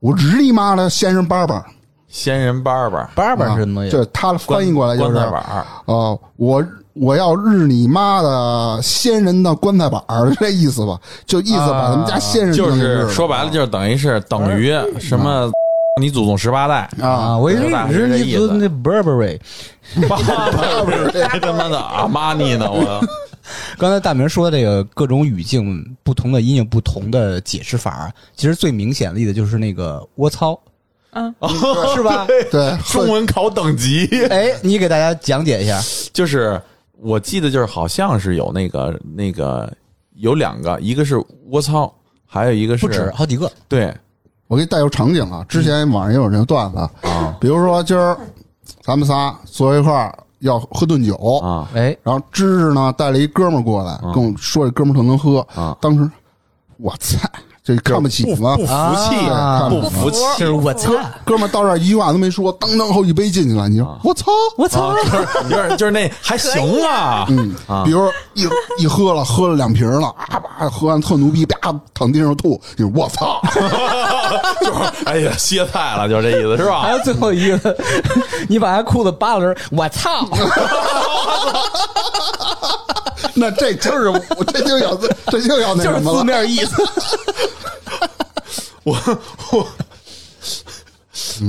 S1: 我日你妈的先生巴巴儿，
S3: 仙人巴巴，
S6: 巴
S1: 啊
S6: 巴是什么东西？
S1: 这他翻译过来就是
S3: 棺材板儿，
S1: 哦，我我要日你妈的仙人的棺材板儿， 这意思吧，就意思把他们家先人
S3: 就
S1: 弄日
S3: 是哎嗯
S1: 了
S3: 说白了就是等于是等于什么？你祖宗十八代，
S1: 啊
S6: 啊，，我一
S3: 对吧
S6: 直
S3: 是这
S6: 一
S3: 意
S6: 直
S3: 思
S6: 那 Burberry。
S3: 巴这哎他妈的阿玛尼呢？ 我
S6: 刚才大明说的这个各种语境、不同的音乐、不同的解释法，其实最明显的例子就是那个“我操
S5: 嗯，”，
S6: 是吧？
S1: 对，
S3: 中文考等级，
S6: 哎，你给大家讲解一下，
S3: 就是我记得就是好像是有那个那个有两个，一个是我操，还有一个是
S6: 不止好几个。
S3: 对
S1: 我给你带入场景啊，之前网上也有这个段子，
S3: 啊
S1: 比如说今儿咱们仨坐一块儿要喝顿酒，
S3: 啊
S6: 哎，
S1: 然后芝芝呢带了一哥们儿过来，跟我说这哥们儿特能喝，
S3: 啊，
S1: 当时我操，这看不起我们
S3: 不。服气
S6: 啊，
S1: 看
S3: 不服气，
S6: 就是我操，
S1: 哥们儿到这儿一句话都没说，当当后一杯进去了，你说我操！
S6: 我
S3: 啊
S6: 操，，
S3: 就是就是就是那还行啊，
S1: 嗯，比如一一喝了，喝了两瓶了，啊吧，喝完特牛逼，啪躺地上吐，你说我操！
S3: 就是哎呀歇菜了，就这意思是
S6: 还
S3: 吧？
S6: 有最后一个， 你把他裤子扒了，我操，
S1: 那这就是我这就要这就要那
S6: 就是
S1: 什么
S6: 字
S1: 了，
S6: 面意思。
S3: 我我。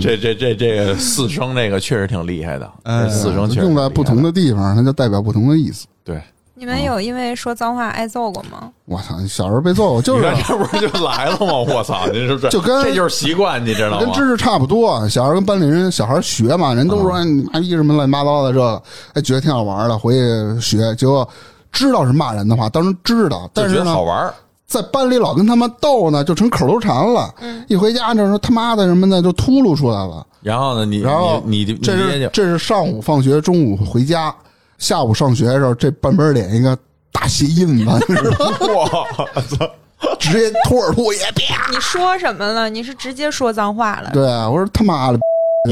S3: 这这这这个四声这个确实挺厉害的，
S6: 嗯
S3: 这四声确实
S1: 用在
S3: 挺厉害
S1: 不同的地方，它就代表不同的意思。
S3: 对，
S5: 你们有因为说脏话挨揍过吗？
S1: 我操，小时候被揍就
S3: 你
S1: 是
S3: 看这不是就来了吗？我操，您是不是
S1: 就跟
S3: 这就是习惯，你知道
S1: 跟
S3: 吗
S1: 知？识差不多，啊小孩儿跟班里人小孩儿学嘛，人都
S3: 嗯
S1: 说哎你妈逼什么乱七八糟的这个，哎觉得挺好玩的，回去学，结果知道是骂人的话，当时知道，但
S3: 就觉
S1: 是
S3: 得
S1: 呢
S3: 好，玩儿
S1: 在班里老跟他们斗呢，就成口头禅了。一回家这时候他妈的什么的就秃噜出来了。
S3: 然后呢，你
S1: 然后
S3: 你你你
S1: 这
S3: 爹
S1: 是
S3: 就
S1: 这是上午放学，中午回家，下午上学的时候，这半边脸一个大鞋印 子，你知道吗
S3: 哇，
S1: 直接吐耳吐也别。
S5: 你说什么了？你是直接说脏话了？
S1: 对，
S3: 啊
S1: 我说他妈的，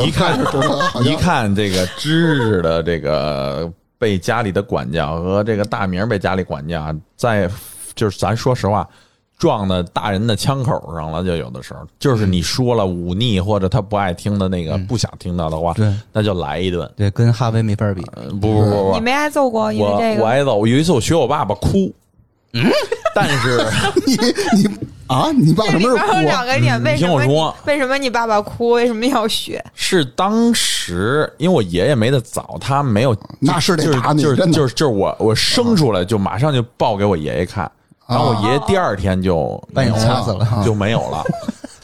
S3: 一看
S1: 就知道好像
S3: 一看这个知识的这个被家里的管教和这个大名被家里管教，在就是咱说实话，撞到大人的枪口上了，就有的时候就是你说了忤逆或者他不爱听的那个、
S6: 嗯
S3: 不想听到的话，
S6: 对
S3: 那就来一顿。
S6: 对，跟哈维没法比。
S3: 呃不不不
S5: 你
S3: 不，
S5: 没挨揍过，因为
S3: 我
S5: 这
S3: 我
S5: 个
S3: 挨揍。我有一次我学我爸爸哭，但是
S1: 你你啊，你爸
S5: 这
S1: 什
S5: 里
S1: 么时候
S5: 边有
S1: 哭啊
S5: 两？个点，为
S3: 你
S5: 什
S3: 听
S5: 么
S3: 我说
S5: 为什么你爸爸哭？为什么要学？
S3: 是当时因为我爷爷没得早，他没有
S1: 那是得
S3: 就是
S1: 打你
S3: 就是
S1: 真的
S3: 就是就是我我生出来就马上就报给我爷爷
S1: 啊
S3: 看，然后我爷爷第二天就
S6: 把你
S3: 没有
S6: 掐死了啊
S3: 就没有 了，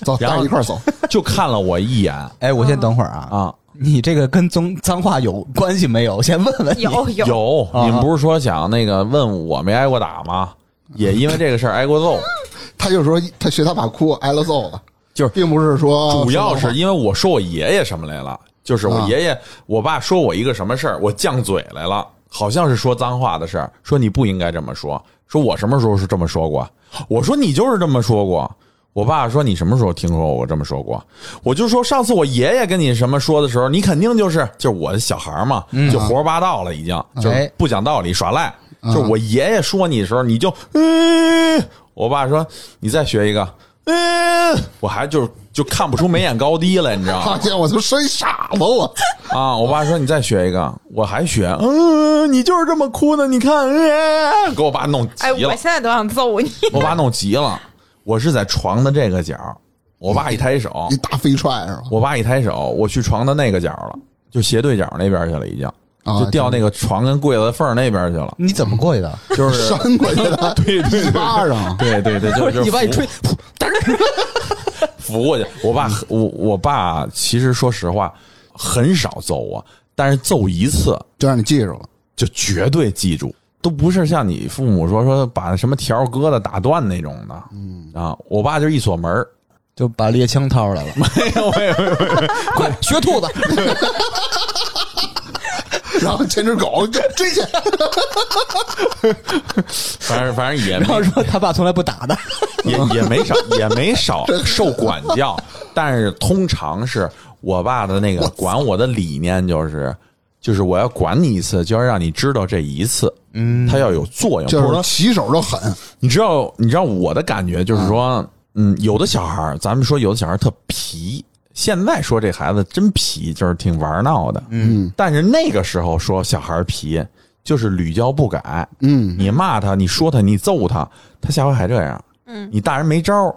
S1: 走，
S3: 然
S1: 带
S3: 后
S1: 一块儿 走。
S3: 就看了我一眼
S6: 哎，我先等会儿啊，
S3: 啊。
S6: 你这个跟脏脏话有关系没有？先问问你。
S5: 有有
S3: 有，
S6: 啊
S3: 你们不是说想那个问我没挨过打吗？也因为这个事儿挨过揍，
S1: 他就说他学他爸哭，挨了揍了，
S3: 就是
S1: 并不是说
S3: 主要
S1: 哦说
S3: 是因为我说我爷爷什么来了，就是我
S1: 啊
S3: 爷爷，我爸说我一个什么事儿，我犟嘴来了，好像是说脏话的事儿，说你不应该这么说，说我什么时候是这么说过？我说你就是这么说过。我爸说你什么时候听说我这么说过？我就说上次我爷爷跟你什么说的时候，你肯定就是就是我的小孩儿嘛，
S1: 嗯
S3: 就胡说八道了，已经就是
S6: 哎
S3: 不讲道理耍赖。就是我爷爷说你的时候，你就嗯，我爸说你再学一个，嗯，我还就是就看不出眉眼高低来，你知 道
S1: 他
S3: 吗？
S1: 见我就生一傻子，我
S3: 啊，我爸说你再学一个，我还学，嗯，你就是这么哭的，你看，嗯，给我爸弄急
S5: 哎，我
S3: 了，
S5: 现在都想揍你！
S3: 我爸弄急了，我是在床的这个角，我爸一抬手
S1: 一，大飞踹是吧？
S3: 我爸一抬手，我去床的那个角了，就斜对角那边去了，已经
S1: 啊
S3: 就掉那个床跟柜子缝儿那边去了，
S6: 你怎么过去的？
S3: 就是
S1: 扇过去的，
S3: 对对对
S1: 一巴掌，
S3: 对对对， 就是
S6: 你把你吹，
S3: 吹。
S6: 噗噔儿
S3: 扶过去。我爸，我我爸其实说实话很少揍我，但是揍一次
S1: 就让你记住了。
S3: 就绝对记住，都不是像你父母说说把什么条儿疙瘩打断那种的。嗯啊，我爸就一锁门儿
S6: 就把猎枪掏出来了。
S3: 没有没有没有，
S6: 快学兔子，
S1: 然后牵只狗追追去，
S3: 反正反正也
S6: 然
S3: 没
S6: 后说他爸从来不打的。
S3: 也也没少也没少受管教，但是通常是我爸的那个管我的理念就是。就是我要管你一次，就要让你知道这一次，嗯，它要有作用，
S1: 就
S3: 不能
S1: 是起手就狠，
S3: 你知道，你知道我的感觉就是说，嗯，有的小孩儿，咱们说有的小孩儿特皮，现在说这孩子真皮，就是挺玩闹的，嗯，但是那个时候说小孩儿皮，就是屡教不改，
S1: 嗯，
S3: 你骂他，你说他，你揍他，他下回还这样，嗯，你大人没招儿，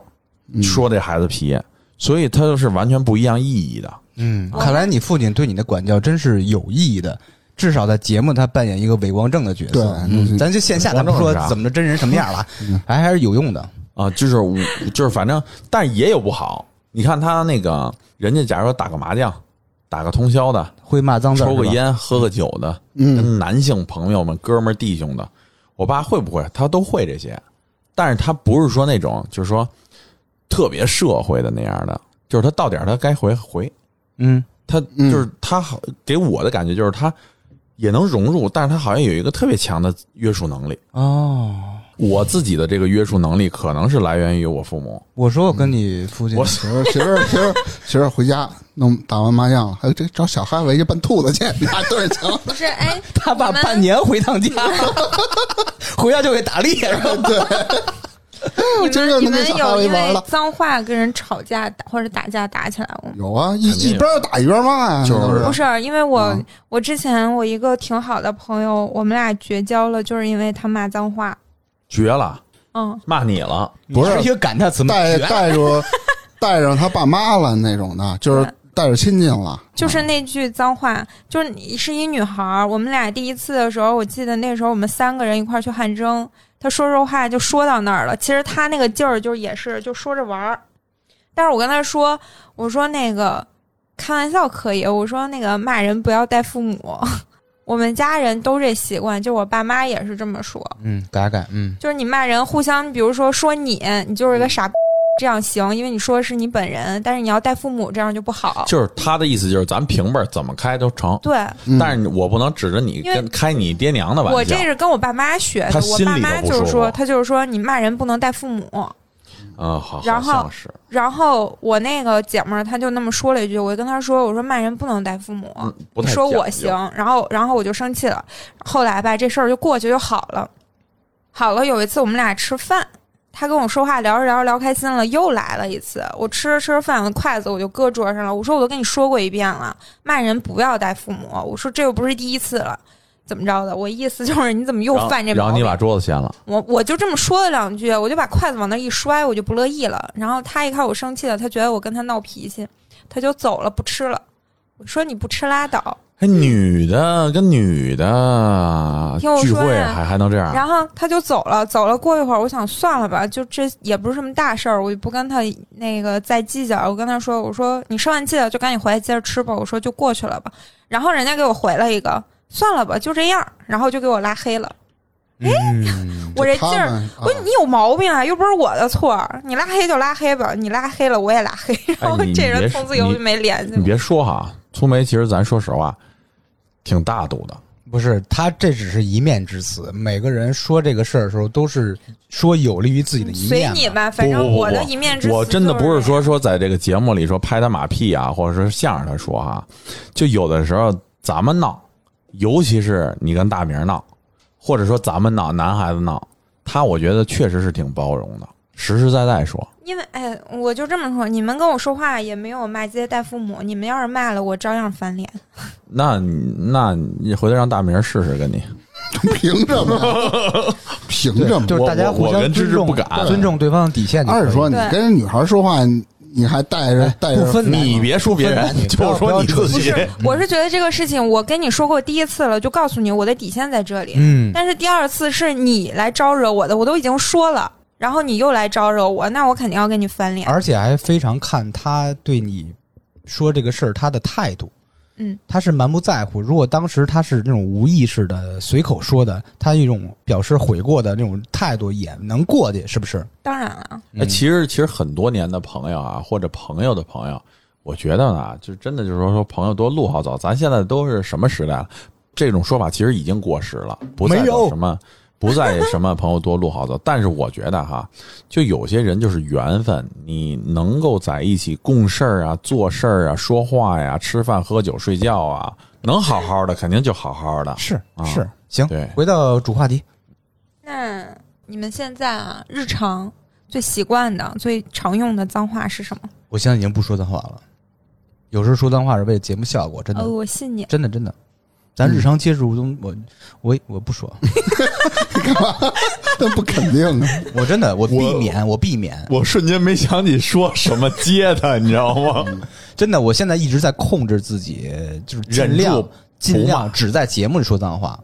S3: 说这孩子皮，所以他就是完全不一样意义的，
S6: 嗯，看来你父亲对你的管教真是有意义的，至少在节目他扮演一个伪光正的角色。
S1: 对
S6: 嗯咱就线下咱不
S3: 伪光
S6: 说
S3: 正是啥
S6: 怎么着真人什么样了，还还是有用的。
S3: 啊，就是我就是反正，但是也有不好，你看他那个人家，假如说打个麻将，打个通宵的，
S6: 会骂脏字，
S3: 抽个
S6: 是吧，嗯
S3: 烟、喝个酒的，跟男性朋友们、哥们儿、弟兄的，我爸会不会？他都会这些，但是他不是说那种，就是说特别社会的那样的，就是他到点儿他该回回，
S6: 嗯，
S3: 他就是他好给我的感觉就是他也能融入，但是他好像有一个特别强的约束能力。
S6: 哦。
S3: 我自己的这个约束能力可能是来源于我父母，
S6: 我说我跟你父亲，
S3: 我
S1: 其实其实其实其实回家弄打完麻将了，还这找小哈维去扮兔子去，俩对着墙，
S5: 不是， 哎，
S6: 他爸
S5: 我们
S6: 半年回趟家，回家就给打猎是吧？
S1: 我真的
S5: 你
S1: 能
S5: 们
S1: 跟小哈
S5: 有
S1: 维
S5: 因
S1: 玩
S5: 为
S1: 了。
S5: 脏话跟人吵架打或者打架打起来过吗？
S1: 有啊，一
S3: 肯定有
S1: 一边打一边骂呀，
S3: 就是
S1: 那都
S5: 不是，因为我、
S1: 嗯
S5: 我之前我一个挺好的朋友，我们俩绝交了，就是因为他骂脏话。
S3: 绝了，
S5: 嗯，
S3: 骂你了，
S1: 不是
S6: 一个感叹词吗？
S1: 带
S6: 绝啊了
S1: 带着带着他爸妈了那种的，就是带着亲戚了，
S5: 就是那句脏话，就是你是一女孩儿。我们俩第一次的时候，我记得那时候我们三个人一块儿去汗蒸，他说说话就说到那儿了。其实他那个劲儿就是也是就说着玩儿，但是我跟他说，我说那个开玩笑可以，我说那个骂人不要带父母， 我们家人都这习惯，就我爸妈也是这么说。
S6: 嗯，嘎嘎，嗯，
S5: 就是你骂人，互相，比如说说你，你就是一个傻逼，这样行，因为你说的是你本人，但是你要带父母，这样就不好。
S3: 就是他的意思就是咱平辈儿怎么开都成，
S5: 对
S1: 嗯
S3: 但是我不能指着你
S5: 因为
S3: 跟开你爹娘的玩笑。
S5: 我这是跟我爸妈学
S3: 他
S5: 的，我
S3: 心
S5: 爸
S3: 里
S5: 妈
S3: 头不
S5: 就是
S3: 舒服
S5: 说，他就是说你骂人不能带父母。
S3: 啊，好，
S5: 然后
S3: 好像是，
S5: 然后我那个姐们儿，她就那么说了一句，我就跟她说，我说骂人不能带父母，
S3: 嗯，不
S5: 哦你
S3: 太
S5: 说我
S3: 讲究
S5: 行，，然后然后我就生气了。后来吧，这事儿就过去就好了。好了，有一次我们俩吃饭，他跟我说话聊着聊着聊开心了，又来了一次。我吃着吃着饭，我的筷子我就搁桌上了。我说我都跟你说过一遍了，骂人不要带父母。我说这又不是第一次了，怎么着的？我意思就是你怎么又
S3: 然后
S5: 犯这
S3: 然
S5: 毛
S3: 后你
S5: 病？
S3: 把桌子掀了，
S5: 我我就这么说了两句，我就把筷子往那一摔，我就不乐意了。然后他一看我生气了，他觉得我跟他闹脾气，他就走了，不吃了。我说你不吃拉倒。
S3: 还哎女的跟女的
S5: 听我
S3: 聚
S5: 说
S3: 会
S5: 呀
S3: 还还能这样？啊
S5: 然后他就走了，走了。过一会儿，我想算了吧，就这也不是什么大事儿，我就不跟他那个再计较。我跟他说：“我说你生完气了就赶紧回来接着吃吧。”我说就过去了吧。然后人家给我回了一个：“算了吧，就这样。”然后就给我拉黑了。
S6: 嗯，
S5: 我这
S1: 他
S5: 劲儿，
S1: 们
S5: 不是
S1: 啊
S5: 你有毛病啊，又不是我的错儿，你拉黑就拉黑吧，你拉黑了我也拉黑，然后
S3: 哎你
S5: 这
S3: 别
S5: 人从此以后
S3: 你
S5: 就没联系
S3: 你
S5: 了。
S3: 别说哈，粗眉其实咱说实话挺大度的，
S6: 不是，他这只是一面之词。每个人说这个事儿的时候，都是说有利于自己的一
S5: 随
S6: 面嘛。
S5: 你吧，反
S3: 不
S5: 正
S3: 不不
S5: 我的
S3: 不
S5: 一面之词、
S3: 我真的不是，说说在这个节目里说拍他马屁啊，或者说向着他说哈、就有的时候咱们闹，尤其是你跟大明闹，或者说咱们闹，男孩子闹，他我觉得确实是挺包容的，实实在在说。
S5: 因为哎，我就这么说，你们跟我说话也没有骂街带父母，你们要是骂了我，照样翻脸。
S3: 那你那你回头让大明试试跟你，
S1: 凭什么呀？凭什么？
S6: 就是大家
S3: 我我
S6: 互
S3: 我
S6: 相
S3: 跟芝
S6: 尊
S3: 芝
S6: 重，
S3: 不敢
S6: 尊重对方的底线就可以。
S1: 二是说你
S5: 对
S1: 跟人女孩说话，你还带着带着
S6: 哎不分男
S3: 你别说别人
S6: 分男，女不
S3: 就
S6: 要
S3: 是说你自
S5: 不
S3: 己
S5: 是。， 我是觉得这个事情，我跟你说过第一次了，就告诉你我的底线在这里。
S6: 嗯，
S5: 但是第二次是你来招惹我的，我都已经说了，然后你又来招惹我，那我肯定要跟你翻
S3: 啊
S5: 脸。
S6: 而且还非常看他对你说这个事儿他的态度。
S5: 嗯，
S6: 他是蛮不在乎。如果当时他是那种无意识的、随口说的，他一种表示悔过的那种态度也能过去，是不是？
S5: 当然了，
S3: 哎，其实其实很多年的朋友啊，或者朋友的朋友，我觉得呢，就真的就是说说朋友多路好走。咱现在都是什么时代了？这种说法其实已经过时了，不再
S6: 没有
S3: 有什么，不再有什么朋友多路好走。但是我觉得哈，就有些人就是缘分，你能够在一起共事儿啊、做事儿啊、说话呀、吃饭、喝酒、睡觉啊，能好好的肯定就好好的。
S6: 是
S3: 啊
S6: 是，行
S3: 对，
S6: 回到主话题，
S5: 那你们现在啊，日常最习惯的、最常用的脏话是什么？
S6: 我现在已经不说脏话了。有时候说脏话是为了节目效果，真的
S5: 哦，，我信你。
S6: 真的，真的。咱日常接触中，我我我不说，
S1: 那不肯定啊！
S6: 我真的我避免，我避免，
S3: 我瞬间没想起说什么接他，你知道吗？
S6: 真的，我现在一直在控制自己，就是尽
S3: 忍住
S6: 量
S3: 不
S6: 尽量只在节目里说脏话，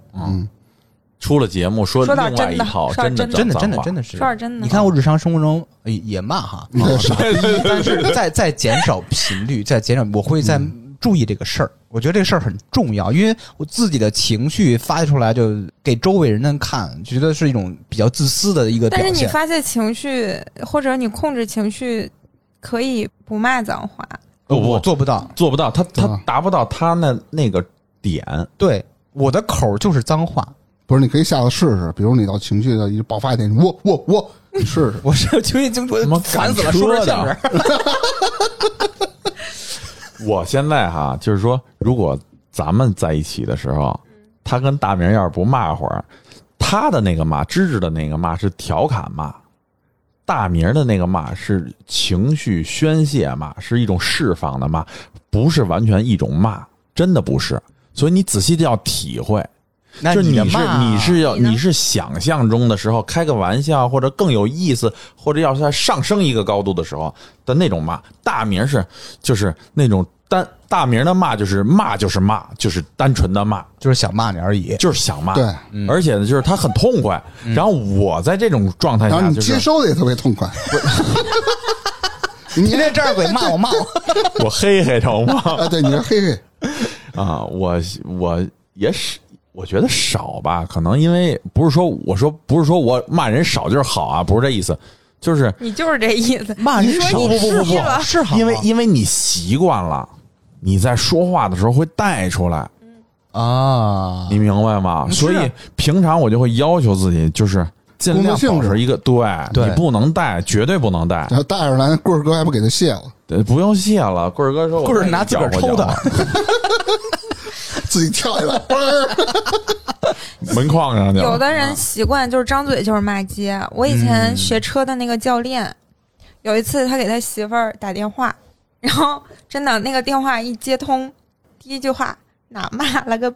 S3: 出了节目说
S5: 说
S3: 另
S5: 到
S3: 外
S5: 真
S3: 一
S5: 的
S3: 套，
S5: 说到
S3: 的
S5: 真
S6: 真的真的真
S3: 的
S6: 的是
S5: 说点啊真的，
S6: 你看我日常生活中哎也骂哈，嗯
S3: 嗯
S1: 你这傻
S6: 但是在在减少频率，在减少，我会在
S3: 嗯
S6: 注意这个事儿。我觉得这个事儿很重要，因为我自己的情绪发泄出来，就给周围人能看，觉得是一种比较自私的一个表
S5: 但是你
S6: 现。
S5: 发泄情绪或者你控制情绪，可以不骂脏话。
S3: 不不
S6: 呃我做不到，
S3: 做不到，他他
S6: 嗯
S1: 啊
S3: 达不到他那那个点。
S6: 对我的口儿就是脏话，
S1: 不是，你可以下次试试，比如你到情绪的一爆发一点，我我我，你试 试。
S6: 我是情绪经
S3: 怎
S6: 过
S3: 么
S6: 烦死了，
S3: 赶
S6: 说
S3: 车
S6: 说
S3: 的啊
S6: 相声。
S3: 我现在哈，就是说，如果咱们在一起的时候，他跟大明要是不骂会儿，他的那个骂，芝芝的那个骂是调侃骂，大明的那个骂是情绪宣泄骂，是一种释放的骂，不是完全一种骂，真的不是。所以你仔细的要体会，
S6: 那
S3: 就是
S6: 你的
S3: 是
S6: 骂啊
S3: 你是要
S5: 你呢
S3: 你是想象中的时候开个玩笑，或者更有意思，或者要再上升一个高度的时候的那种骂。大名是就是那种单大名的骂，就是骂就是骂，就是单纯的骂，
S6: 就是想骂你而已。
S3: 就是想骂。
S1: 对，
S6: 嗯
S3: 而且呢，就是他很痛快。然后我在这种状态
S1: 然后
S3: 下，
S1: 你
S3: 就
S1: 接
S3: 是
S1: 收的也特别痛 快。你
S6: 你这张着嘴骂我骂 我，
S3: 我嘿嘿着骂
S1: 啊，对，你说嘿嘿，
S3: 啊，我我也是。我觉得少吧，可能因为不是说我说不是说我骂人少就是好啊，不是这意思，就是
S5: 你就是这意思。
S6: 骂
S5: 你
S6: 人
S5: 说
S6: 少
S5: 你
S3: 不不
S5: 是
S3: 不不啊
S5: 了，
S6: 是好吗，
S3: 因为因为你习惯了，你在说话的时候会带出来，
S6: 啊，
S3: 你明白吗？
S6: 是
S3: 所以平常我就会要求自己，就是尽量
S1: 工作性
S3: 保
S1: 质
S3: 持一个对，
S6: 对
S3: 你不能带，绝对不能带
S1: 然，后带着来棍儿哥还不给他卸了，
S3: 对不用谢了。棍儿哥说我，
S6: 棍儿拿自个儿抽的
S3: 搅和搅和
S1: 自己跳起来，嘣儿
S3: 门框上去了。
S5: 有的人习惯就是张嘴就是骂街。我以前学车的那个教练，有一次他给他媳妇儿打电话，然后真的那个电话一接通，第一句话哪骂了个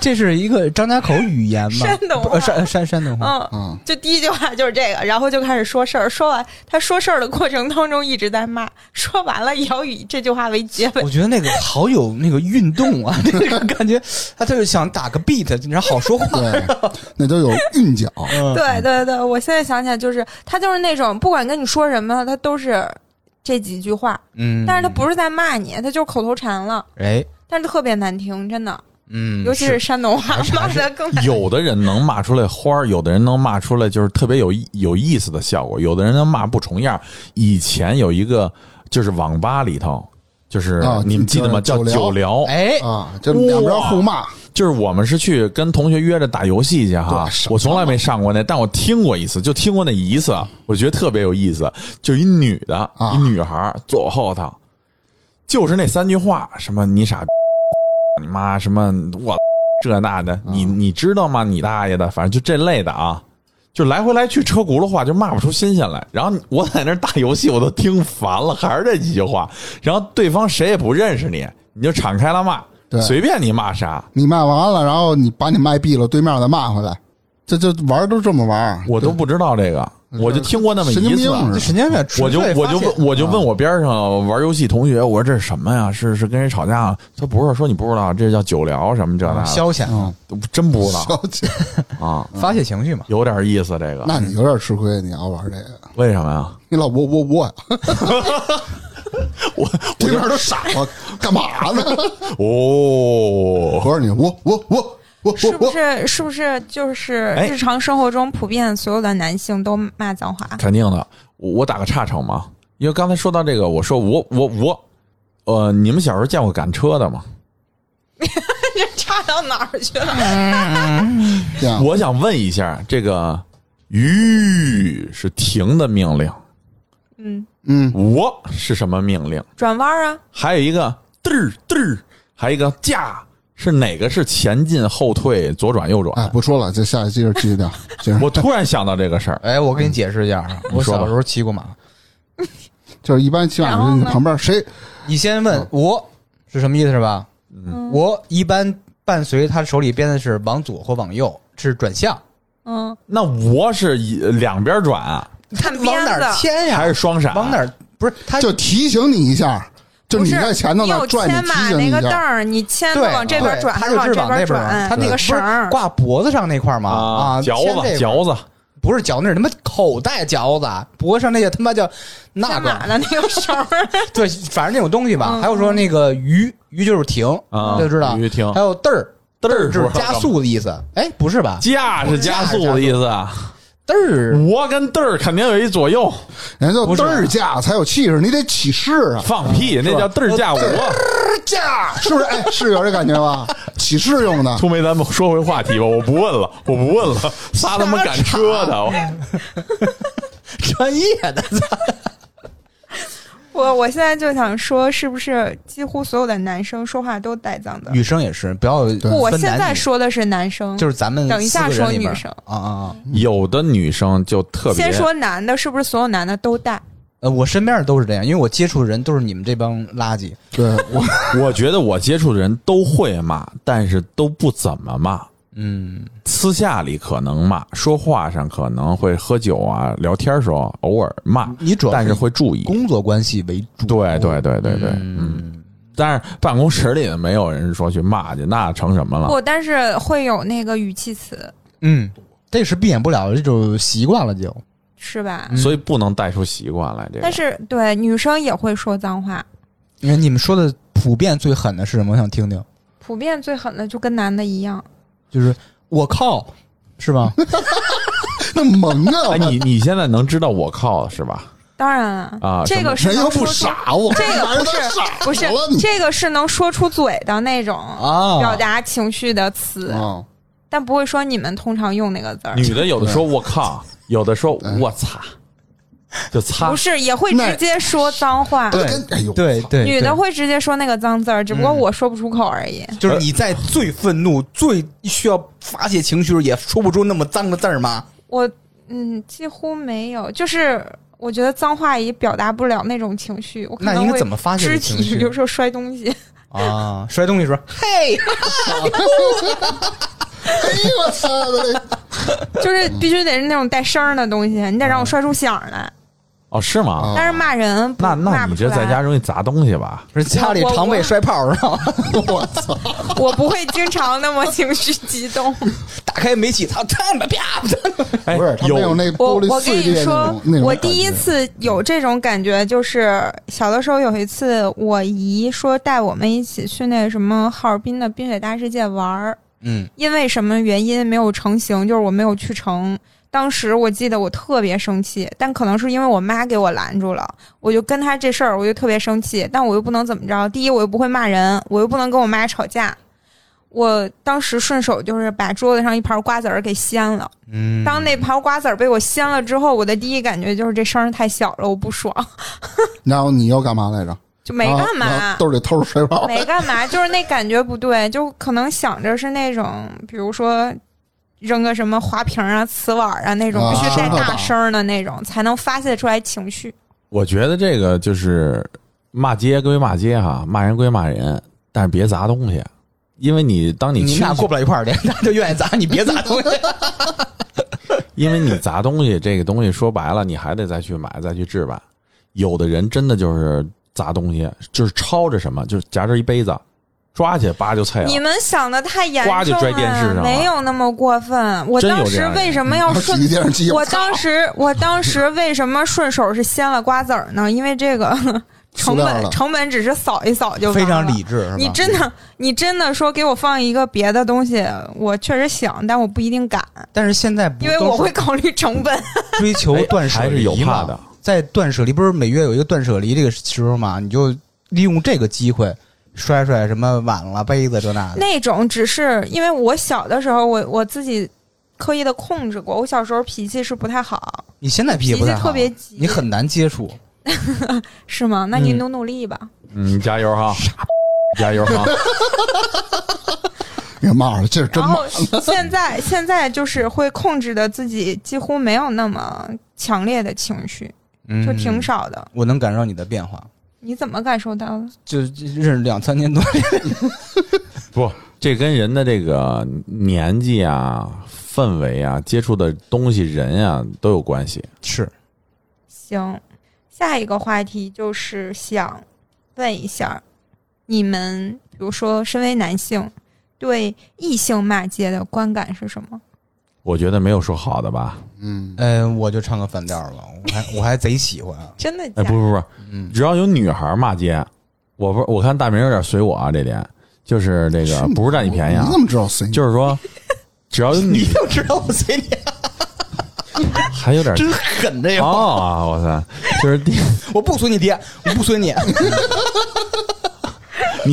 S6: 这是一个张家口语言吗？
S5: 山东
S6: 呃
S5: 话，
S6: 山山山东话。
S5: 嗯，
S1: 嗯，
S5: 就第一句话就是这个，然后就开始说事儿。说完他说事儿的过程当中一直在骂，说完了也要以这句话为结尾
S6: 我。觉得那个好有那个运动 啊，那个感觉，他就是想打个 beat，然后好说话。
S1: 对，那都有韵 脚。
S3: 嗯
S5: 对对对，我现在想起来就是他就是那种不管跟你说什么，他都是这几句话，
S6: 嗯，
S5: 但是他不是在骂你，他就是口头禅了，
S6: 哎，
S5: 但是特别难听，真的，
S6: 嗯，
S5: 尤其是山东话，骂的更难。
S3: 有的人能骂出来花儿，有的人能骂出来就是特别有意有意思的效果，有的人能骂不重样儿。以前有一个就是网吧里头，就是
S1: 啊
S3: 你们记得吗？
S1: 就
S3: 叫
S1: 是
S3: 九
S1: 酒
S3: 聊，
S6: 哎，
S1: 啊，这两边互骂，
S3: 就是我们是去跟同学约着打游戏去哈
S1: 对，什么
S3: 我从来没上过那，但我听过一次，就听过那一次，我觉得特别有意思。就一女的，
S1: 啊
S3: 一女孩儿坐我后头，就是那三句话，什么你傻逼，你妈，什么我这那
S1: 啊
S3: 的，你你知道吗？你大爷的，反正就这类的啊。就来回来去车轱辘话，就骂不出新鲜来。然后我在那儿打游戏，我都听烦了，还是这几句话。然后对方谁也不认识你，你就敞开了骂，
S1: 对
S3: 随便你骂啥。
S1: 你骂完了，然后你把你麦闭了，对面再骂回来，这就玩儿都这么玩儿。
S3: 我都不知道这个，我就听过那么
S1: 神经
S3: 一次
S1: 病，似
S6: 这
S1: 的
S6: 神经病，
S3: 我就
S6: 纯粹
S3: 我就
S6: 发泄
S3: 问我就问我边上玩游戏同学，我说这是什么呀？是是跟人吵架啊？他不是说你不知道，这叫酒聊什么这那的，
S6: 消遣、嗯
S1: 嗯，
S3: 真不知道
S1: 小姐，
S3: 啊，
S6: 发泄情绪嘛。
S3: 有点意思这个，
S1: 那你有点吃亏，你要玩这个，
S3: 为什么呀？
S1: 你老窝窝窝呀，
S3: 我
S1: 对面都傻了，干嘛呢？ 我
S3: 哦，
S1: 说你窝窝窝窝
S5: 是
S1: 窝
S5: 不
S1: 窝，
S5: 是是不是就是
S3: 哎
S5: 日常生活中普遍所有的男性都骂脏话？
S3: 肯定的，我我打个岔场嘛，因为刚才说到这个，我说我我我，呃，你们小时候见过赶车的吗？
S5: 这差到哪儿去了？
S1: 这样
S3: 我想问一下，这个“吁”是停的命令，
S5: 嗯，
S1: 嗯，
S3: 我是什么命令？
S5: 转弯儿啊，
S3: 还有一个嘚儿嘚儿，还有一个驾，是哪个是前进、后退、左转、右转？
S6: 啊
S1: 哎，不说了，这下接着继续 聊，接着
S3: 我突然想到这个 事儿，
S6: 哎，我给你解释一下啊，我
S3: 你说吧
S6: 小时候骑过马。
S1: 就是一般起码
S5: 然
S1: 是
S5: 后呢
S1: 你旁边谁
S6: 你先问我是什么意思是吧？
S5: 嗯
S6: 我一般伴随他手里编的是往左或往右，是转向，
S5: 嗯，
S3: 那我是一两边转啊
S5: 看
S6: 往
S5: 鞭
S6: 哪儿
S5: 子，
S6: 牵呀？
S3: 还是双闪？啊
S6: 往哪？儿？不是他
S1: 就提醒你一下，就
S5: 不
S1: 你
S5: 是
S1: 在前头
S5: 你
S1: 呢，
S5: 有
S1: 转
S5: 牵
S1: 你提
S5: 马
S1: 醒你
S5: 那
S1: 一
S5: 个凳
S1: 下，
S5: 儿，你牵着
S6: 对
S5: 往这边
S6: 对
S5: 转
S6: 他
S5: 还
S6: 就是是
S5: 这
S6: 往那边
S5: 转？嗯
S6: 他那
S5: 那
S6: 个
S5: 个绳儿，
S6: 挂脖子上那块儿嘛
S3: 啊，
S6: 牵
S3: 嚼
S6: 这
S3: 子
S6: 个
S3: 嚼子，
S6: 不是嚼那是他妈口袋嚼子，啊脖子上那个他妈叫那
S5: 牵
S6: 个
S5: 马的那个绳儿。
S6: 对，反正那种东西吧。
S5: 嗯
S6: 还有说那个鱼鱼嗯就是停，
S3: 啊
S6: 大家知道
S3: 鱼停
S6: 还有嘚儿
S3: 嘚儿
S6: 就是加速的意思，哎，不是吧？
S3: 驾是加速的意思啊。
S6: 嘚儿
S3: 我跟嘚儿肯定有一左右，
S1: 人家
S6: 不
S1: 叫
S6: 是
S1: 嘚儿架才有气势，你得起势啊，
S3: 放屁，那叫嘚儿
S6: 呃
S3: 驾我。
S1: 架是不是？哎，是有这感觉 吧？起势用的，
S3: 出梅，咱们说回话题吧，我不问了，我不问了，仨他妈赶车的，我
S6: 专业的，
S5: 我我现在就想说，是不是几乎所有的男生说话都带脏 的？
S6: 女生也是，不要
S1: 对
S5: 不，我
S6: 分男
S5: 现在
S6: 女
S5: 说的是男生，
S6: 就是咱们
S5: 等一下
S6: 四个人
S5: 说
S6: 里边
S5: 女生
S6: 啊啊啊！
S3: 有的女生就特别
S5: 先说男的，是不是所有男的都带？
S6: 呃，我身边都是这样，因为我接触的人都是你们这帮垃圾。
S1: 对我
S3: 我觉得我接触的人都会骂，但是都不怎么骂。
S6: 嗯，
S3: 私下里可能骂，说话上可能会喝酒啊、聊天时候偶尔骂，
S6: 你主要
S3: 但是
S6: 是
S3: 会注意。
S6: 工作关系为主。
S3: 对对对对对，嗯。
S6: 嗯，
S3: 但是办公室里没有人说去骂去，那成什么了？
S5: 不，但是会有那个语气词，
S6: 嗯，这是避免不了的这种习惯了，就。
S5: 是
S6: 嗯
S5: 吧？
S3: 所以不能带出习惯来。这个
S5: 但是对女生也会说脏话，
S6: 因为你们说的普遍最狠的是什么？我想听听，
S5: 普遍最狠的就跟男的一样，
S6: 就是我靠，是吧？
S1: 那萌啊，
S3: 哎，你你现在能知道我靠是吧？
S5: 当然了
S3: 啊
S5: 这个是
S1: 人又
S5: 能说
S1: 不
S5: 出
S1: 傻，我
S5: 这个
S1: 哪知道
S5: 不是
S1: 傻
S5: 不是
S1: 了你
S5: 这个是能说出嘴的那种
S6: 啊
S5: 表达情绪的词，
S1: 啊，
S5: 但
S6: 哎
S5: 不会说你们通常用那个字儿。
S3: 女的有的说我靠，有的说我擦，就擦
S5: 不，是也会
S1: 啊那
S5: 直接说脏话。
S1: 跟哎呦，
S6: 对对，
S5: 女的
S6: 对
S5: 会直接说那个脏字儿，只
S1: 嗯
S5: 不过我说不出口而已。
S6: 就是你在最愤怒、最需要发泄情绪时，也说不出那么脏的字儿吗？
S5: 我嗯，几乎没有，就是我觉得脏话也表达不了那种情绪。我可
S6: 那
S5: 能
S6: 应该
S5: 会
S6: 怎么发泄
S5: 肢
S6: 的情
S5: 体，比如
S6: 绪
S5: 说摔 东西，
S6: 啊？摔东西时候，嘿，
S1: 哎呦我操的，
S5: 就是必须得是那种带声儿的东西，你得让我摔出响儿
S6: 啊
S5: 来。
S3: 哦，是吗？
S1: 啊
S5: 但是骂人不，
S3: 那
S5: 骂
S3: 那
S5: 不
S3: 你
S5: 出
S3: 这
S5: 来
S3: 在家容易砸东西吧？
S6: 不是家里
S5: 我
S6: 常备
S5: 我
S6: 摔炮是吧？
S1: 我操！
S5: 我不会经常那么情绪 激动。
S6: 打开煤气，操，他妈啪！
S3: 哎，
S1: 不是，他没有那
S5: 我
S1: 玻璃
S5: 我跟
S1: 碎
S5: 你
S1: 裂那
S5: 说
S1: 种那，种
S5: 我
S1: 感觉
S5: 第一次有这种感觉，就是小的时候有一次，我姨说带我们一起去那什么哈尔滨的冰雪大世界玩儿，
S6: 嗯，
S5: 因为什么原因没有成行，就是我没有去成。当时我记得我特别生气，但可能是因为我妈给我拦住了，我就跟她这事儿我就特别生气，但我又不能怎么着。第一，我又不会骂人，我又不能跟我妈吵架。我当时顺手就是把桌子上一盘瓜子儿给掀了。
S6: 嗯
S5: 当那盘瓜子儿被我掀了之后，我的第一感觉就是这声儿太小了，我不爽，
S1: 然后你又干嘛来着？
S5: 就没干
S1: 啊然后然后
S5: 嘛，
S1: 兜里偷着水泡，
S5: 没干嘛，就是那感觉不对，就可能想着是那种，比如说扔个什么花瓶啊、瓷碗啊那种，
S1: 啊
S5: 必须带
S1: 是
S5: 大
S1: 的
S5: 声儿的那种，才能发泄出来情绪。
S3: 我觉得这个就是骂街归骂街哈，骂人归骂人，但是别砸东西，因为你当你
S6: 你
S3: 情
S6: 俩过不了一块儿去，他就愿意砸你，别砸东西。
S3: 因为你砸东西，这个东西说白了，你还得再去买，再去置办。有的人真的就是砸东西，就是抄着什么，就是夹着一杯子，抓起来叭就碎了
S5: 你。们想的太严
S3: 哎呱就
S5: 重
S3: 拽电视上了
S5: 没有那么过分。我
S3: 真有
S5: 当
S3: 这
S5: 时
S3: 样的
S5: 为什么要
S1: 然后
S5: 顺
S1: 洗个电视机，
S5: 我当时，我当时为什么顺手是掀了瓜子儿呢？因为 这个
S1: 塑
S5: 成
S1: 料
S5: 本
S1: 的
S5: 成本只是扫一扫就完
S6: 非常
S5: 了
S6: 理。智，是吧
S5: 你真的，你真的说给我放一个别的东西，我确实想，但我不一定敢，
S6: 但是现在不
S5: 因为
S6: 都是
S5: 我会考虑成本。
S6: 追求断舍
S3: 还是
S6: 离
S3: 有怕
S6: 嘛。
S3: 的，
S6: 在断舍离不是每月有一个断舍离这个时候嘛，你就利用这个机会摔摔什么碗了、杯子这那的。
S5: 那种只是因为我小的时候，我我自己刻意的控制过。我小时候脾气是不太好，
S6: 你现在脾气
S5: 脾
S6: 不
S5: 气
S6: 太好啊
S5: 特别急，
S6: 你很难接触。
S5: 是吗？那你
S6: 嗯
S5: 努努力吧。
S3: 嗯，加油哈，加油 哈！
S1: 别骂了，这是真
S5: 然
S1: 骂
S5: 后现在现在就是会控制的自己几乎没有那么强烈的情绪，
S6: 嗯
S5: 就挺。少的。
S6: 我能感受到你的变化，
S5: 你怎么感受到的？
S6: 就就认识两三年多，
S3: 不，这跟人的这个年纪啊、氛围啊、接触的东西、人啊都有关系。
S6: 是
S5: 行，下一个话题就是想问一下，你们比如说身为男性，对异性骂街的观感是什么？
S3: 我觉得没有说好的吧？
S1: 嗯，
S6: 呃，我就唱个反调吧，我还我还贼喜欢，啊
S5: 真的假
S3: 哎，
S5: 的？
S3: 不不不，
S6: 嗯，
S3: 只要有女孩骂街，我不我看大明有点随我啊，这点就是这个不是占你便宜啊
S1: 你，怎么知道随你？
S3: 就是说只要有 女
S6: 就知道我随你
S3: 还有点
S6: 真狠这个，
S3: 哦啊，我操，就是第
S6: 我不随你爹，我不随你，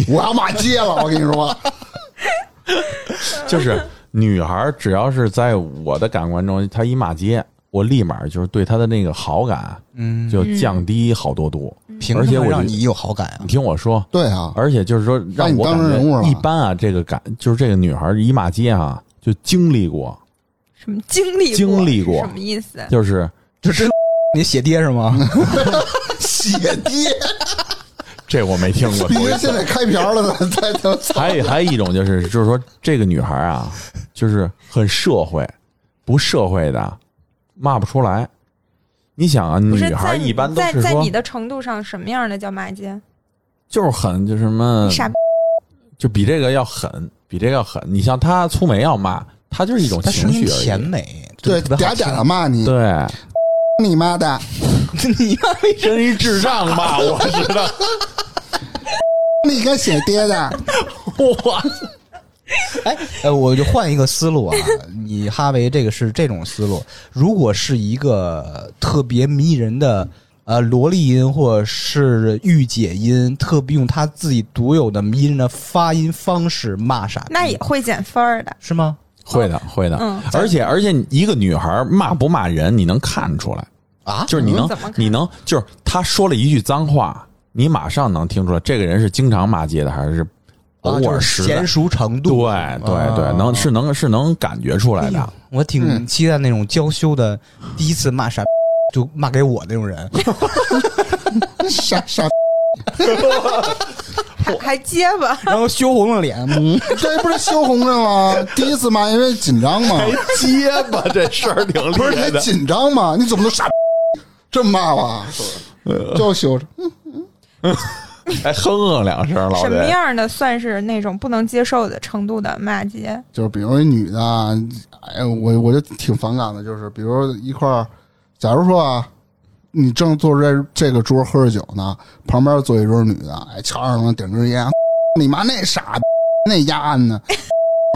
S1: 我要骂街了，我跟你说，
S3: 就是女孩，只要是在我的感官中，她一骂街，我立马就是对她的那个好感
S6: 嗯，
S3: 就降低好多度。
S1: 嗯
S6: 凭
S3: 而
S6: 什
S3: 且
S6: 么
S3: 我
S6: 让
S3: 就
S6: 你有好感啊
S3: 你？听我说，
S1: 对啊，
S3: 而且就是说
S1: 把
S3: 让
S1: 你
S3: 我
S1: 当
S3: 感
S1: 成人物
S3: 觉
S1: 了
S3: 一般啊，这个感就是这个女孩一骂街啊，就经历过，
S5: 什么经历过？
S3: 经历过
S5: 是什么意思？
S3: 就是
S6: 就知道你写爹是吗？
S1: 血滴，
S3: 这我没听过，
S1: 毕
S3: 头一
S1: 竟
S3: 次
S1: 现在开瓢了呢，再再
S3: 还有还有一种就是，就是说这个女孩啊，就是很社会，不社会的骂不出来。你想啊，
S5: 不
S3: 女
S5: 是
S3: 孩
S5: 在
S3: 一
S5: 你
S3: 般都
S5: 在
S3: 是
S5: 在
S3: 说
S5: 你，的程度上，什么样的叫骂街？
S3: 就是很就是什么，
S5: 傻逼
S3: 就比这个要狠，比这个要狠。你像她粗眉要骂，她就是一种
S6: 他
S3: 情
S6: 声
S3: 绪
S6: 音
S3: 而
S6: 甜
S3: 已。
S6: 美，
S1: 对
S6: 特别
S1: 嗲
S6: 好听
S1: 嗲的骂你，
S3: 对，
S1: 你妈的，
S6: 你妈为什
S3: 真一智障吧，我知道。
S1: 你个血爹 的，
S3: 我
S6: 哎，呃，我就换一个思路 啊，你哈维这个是这种思路，如果是一个特别迷人的呃萝莉音或者是御姐音，特别用他自己独有的迷人的发音方式骂傻逼，
S5: 那也会减分儿的。
S6: 是吗？
S3: 会的，会的
S5: 嗯。
S3: 而且而且，一个女孩骂不骂人，你能看出来。
S6: 啊，
S3: 就是你能
S5: 怎么看
S3: 你能就是他说了一句脏话，你马上能听出来这个人是经常骂街的还是偶
S6: 啊就
S3: 尔
S6: 是
S3: 时的
S6: 娴。熟程
S3: 对
S6: 度，啊哎
S3: 对对，能是能是能感觉出来的。
S6: 我挺
S1: 嗯
S6: 期待那种娇羞的，第一次骂傻就骂给我那种 人，
S1: 傻傻，
S5: 还还结巴，
S6: 然后羞红了脸，
S1: 嗯，这不是羞红着吗？第一次嘛，因为紧张嘛，
S3: 结巴这事儿挺
S1: 不 是你紧张吗？你怎么能傻？这么骂吧，就羞着。
S3: 还哼哼两声，老
S5: 什么
S3: 得
S5: 样的算是那种不能接受的程度的骂街？
S1: 就是比如一女的啊，哎，我我就挺反感的，就是比如一块儿，假如说啊，你正坐着这这个桌喝着酒呢，旁边坐一桌女的，哎，瞧上了点根烟，你妈那傻逼那丫呢，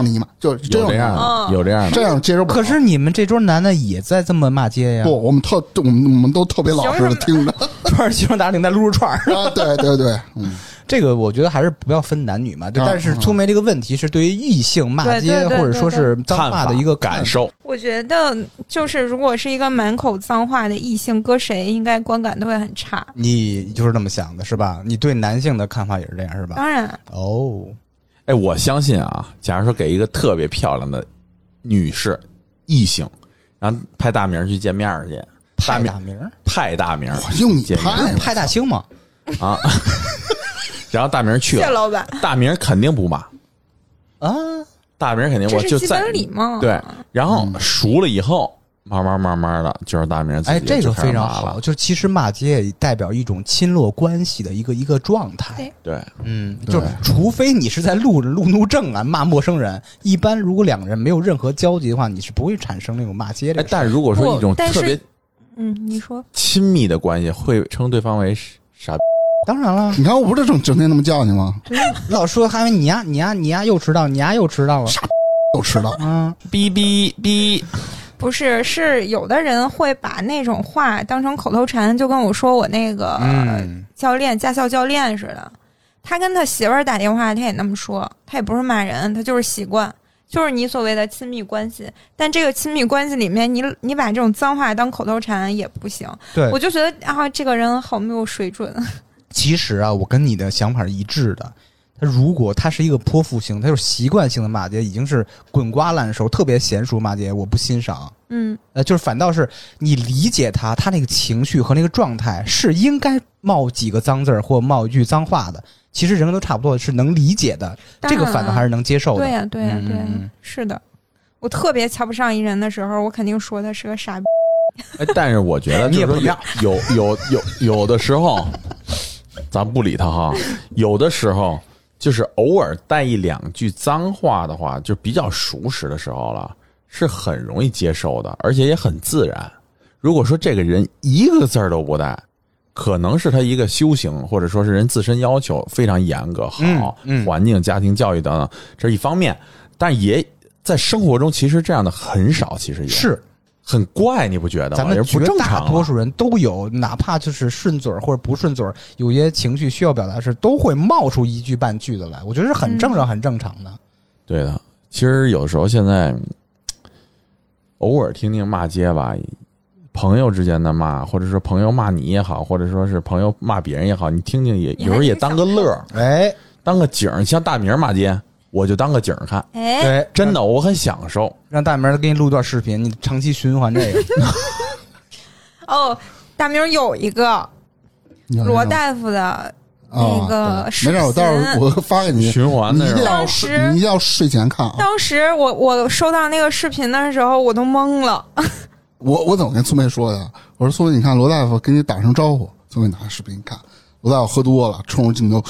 S1: 你妈就真
S3: 有这样
S5: 嗯
S3: 的，有这样的。
S1: 这样接受不了。
S6: 可是你们这桌男的也在这么骂街呀？
S1: 不，，我们特我们我们都特别老实的听 着
S6: 串儿西装打领带撸着串儿，
S1: 啊，对对对，嗯，
S6: 这个我觉得还是不要分男女嘛。对，
S1: 啊
S6: 但是聪梅这个问题是对于异性骂
S5: 对
S6: 街
S5: 对对对
S6: 或者说是脏
S3: 看
S6: 话
S3: 法
S6: 的一个
S3: 感。受，
S5: 我觉得就是如果是一个满口脏话的异性，搁谁应该观感都会很差。
S6: 你就是这么想的是吧？你对男性的看法也是这样是吧？
S5: 当然，
S6: 哦，
S3: 哎，我相信啊，假如说给一个特别漂亮的女士异性，然后派大明去见面儿去，大
S6: 派
S3: 明
S6: 大名儿，
S3: 派大明
S1: 我用你
S3: 见面
S1: 拍
S6: 派大星嘛，
S3: 啊， 然后大明去
S5: 谢
S3: 了，
S5: 老板，
S3: 大明肯定不骂，
S6: 啊，
S3: 大明肯定
S5: 这
S3: 我
S5: 是
S3: 就
S5: 基
S3: 在
S5: 本礼貌。啊
S3: 对，然后熟了以后，慢慢慢慢的就是大明
S6: 嗯
S3: 自己
S6: 哎，这
S3: 就
S6: 个
S3: 开始
S6: 非常
S3: 骂
S6: 好，
S3: 了，
S6: 就是其实骂街也代表一种亲络关系的一个一个状态
S5: 对。
S3: 对，
S6: 嗯，
S1: 对
S6: 就是除非你是在路路怒症啊，骂陌生人，一般如果两个人没有任何交集的话，你是不会产生那种骂街
S3: 哎
S6: 的，。
S3: 但如果说
S5: 不
S3: 一种
S5: 但
S3: 特
S5: 是
S3: 别
S5: 嗯，你说
S3: 亲密的关系，会称对方为傻逼，
S6: 当然了，
S1: 你看我不是整整天那么叫你吗？
S6: 老说还有你呀你呀你呀又迟到，你呀又迟到了。
S1: 又迟到，
S6: 嗯，
S3: 哔哔哔，
S5: 不是，是有的人会把那种话当成口头禅，就跟我说我那个、
S6: 嗯
S5: 教练驾校教练似的，他跟他媳妇儿打电话，他也那么说，他也不是骂人，他就是习惯，就是你所谓的亲密关系。但这个亲密关系里面，你你把这种脏话当口头禅也不行。
S6: 对
S5: 我就觉得啊，这个人好没有水准。
S6: 其实啊，我跟你的想法是一致的。他如果他是一个泼妇型，他就是习惯性的骂街，已经是滚瓜烂熟，特别娴熟骂街，我不欣赏。
S5: 嗯，
S6: 呃，就是反倒是你理解他，他那个情绪和那个状态是应该冒几个脏字儿或冒一句脏话的。其实人人都差不多，是能理解的，
S5: 当
S6: 这
S5: 然
S6: 个反倒还是能接受的。
S5: 对啊呀、对呀、
S6: 嗯
S5: 对呀、
S6: 嗯嗯
S5: 是的。我特别瞧不上一人的时候，我肯定说他是个傻逼。
S3: 哎，但是我觉得
S6: 你也
S3: 就是
S6: 不
S3: 说有有有有有的时候，咱不理他哈。有的时候就是偶尔带一两句脏话的话，就比较熟识的时候了，是很容易接受的，而且也很自然。如果说这个人一个字儿都不带，可能是他一个修行，或者说是人自身要求非常严格，好、
S6: 嗯嗯
S3: 环境、家庭教育等等，这是一方面。但也在生活中，其实这样的很少，其实也
S6: 是，
S3: 很怪，你不觉得吗？
S6: 咱们
S3: 也是
S6: 绝
S3: 不正
S6: 大
S3: 常、啊
S6: 多数人都有，哪怕就是顺嘴儿或者不顺嘴儿，有些情绪需要表达时，都会冒出一句半句的来。我觉得是很
S5: 嗯
S6: 正常、很正常的。
S3: 对的，其实有时候现在嗯偶尔听听骂街吧，朋友之间的骂，或者说朋友骂你也好，或者说是朋友骂别人也好，你听听也
S5: 你还
S3: 有时候也当个乐儿，
S6: 哎，
S3: 当个景儿。像大明骂街，我就当个景儿看，
S5: 哎，
S6: 对，
S3: 真的我很享受。
S6: 让大明儿给你录段视频，你长期循环 这个。
S5: 哦，大明有一个
S1: 你看
S5: 罗
S1: 这种
S5: 大夫的
S6: 哦
S1: 啊
S5: 那个
S1: 对
S5: 视
S1: 没事，我到时候
S5: 频
S1: 我发给你。
S3: 循环
S1: 你
S3: 的
S1: 一
S3: 时
S1: 定要
S3: 候，
S5: 当
S1: 睡
S5: 时
S1: 你一定要睡前看啊！
S5: 当时我我收到那个视频的时候，我都懵了。
S1: 我我怎么跟苏梅说的？我说苏梅，你看罗大夫跟你打声招呼。苏梅拿视频一看，罗大夫喝多了，冲着镜头，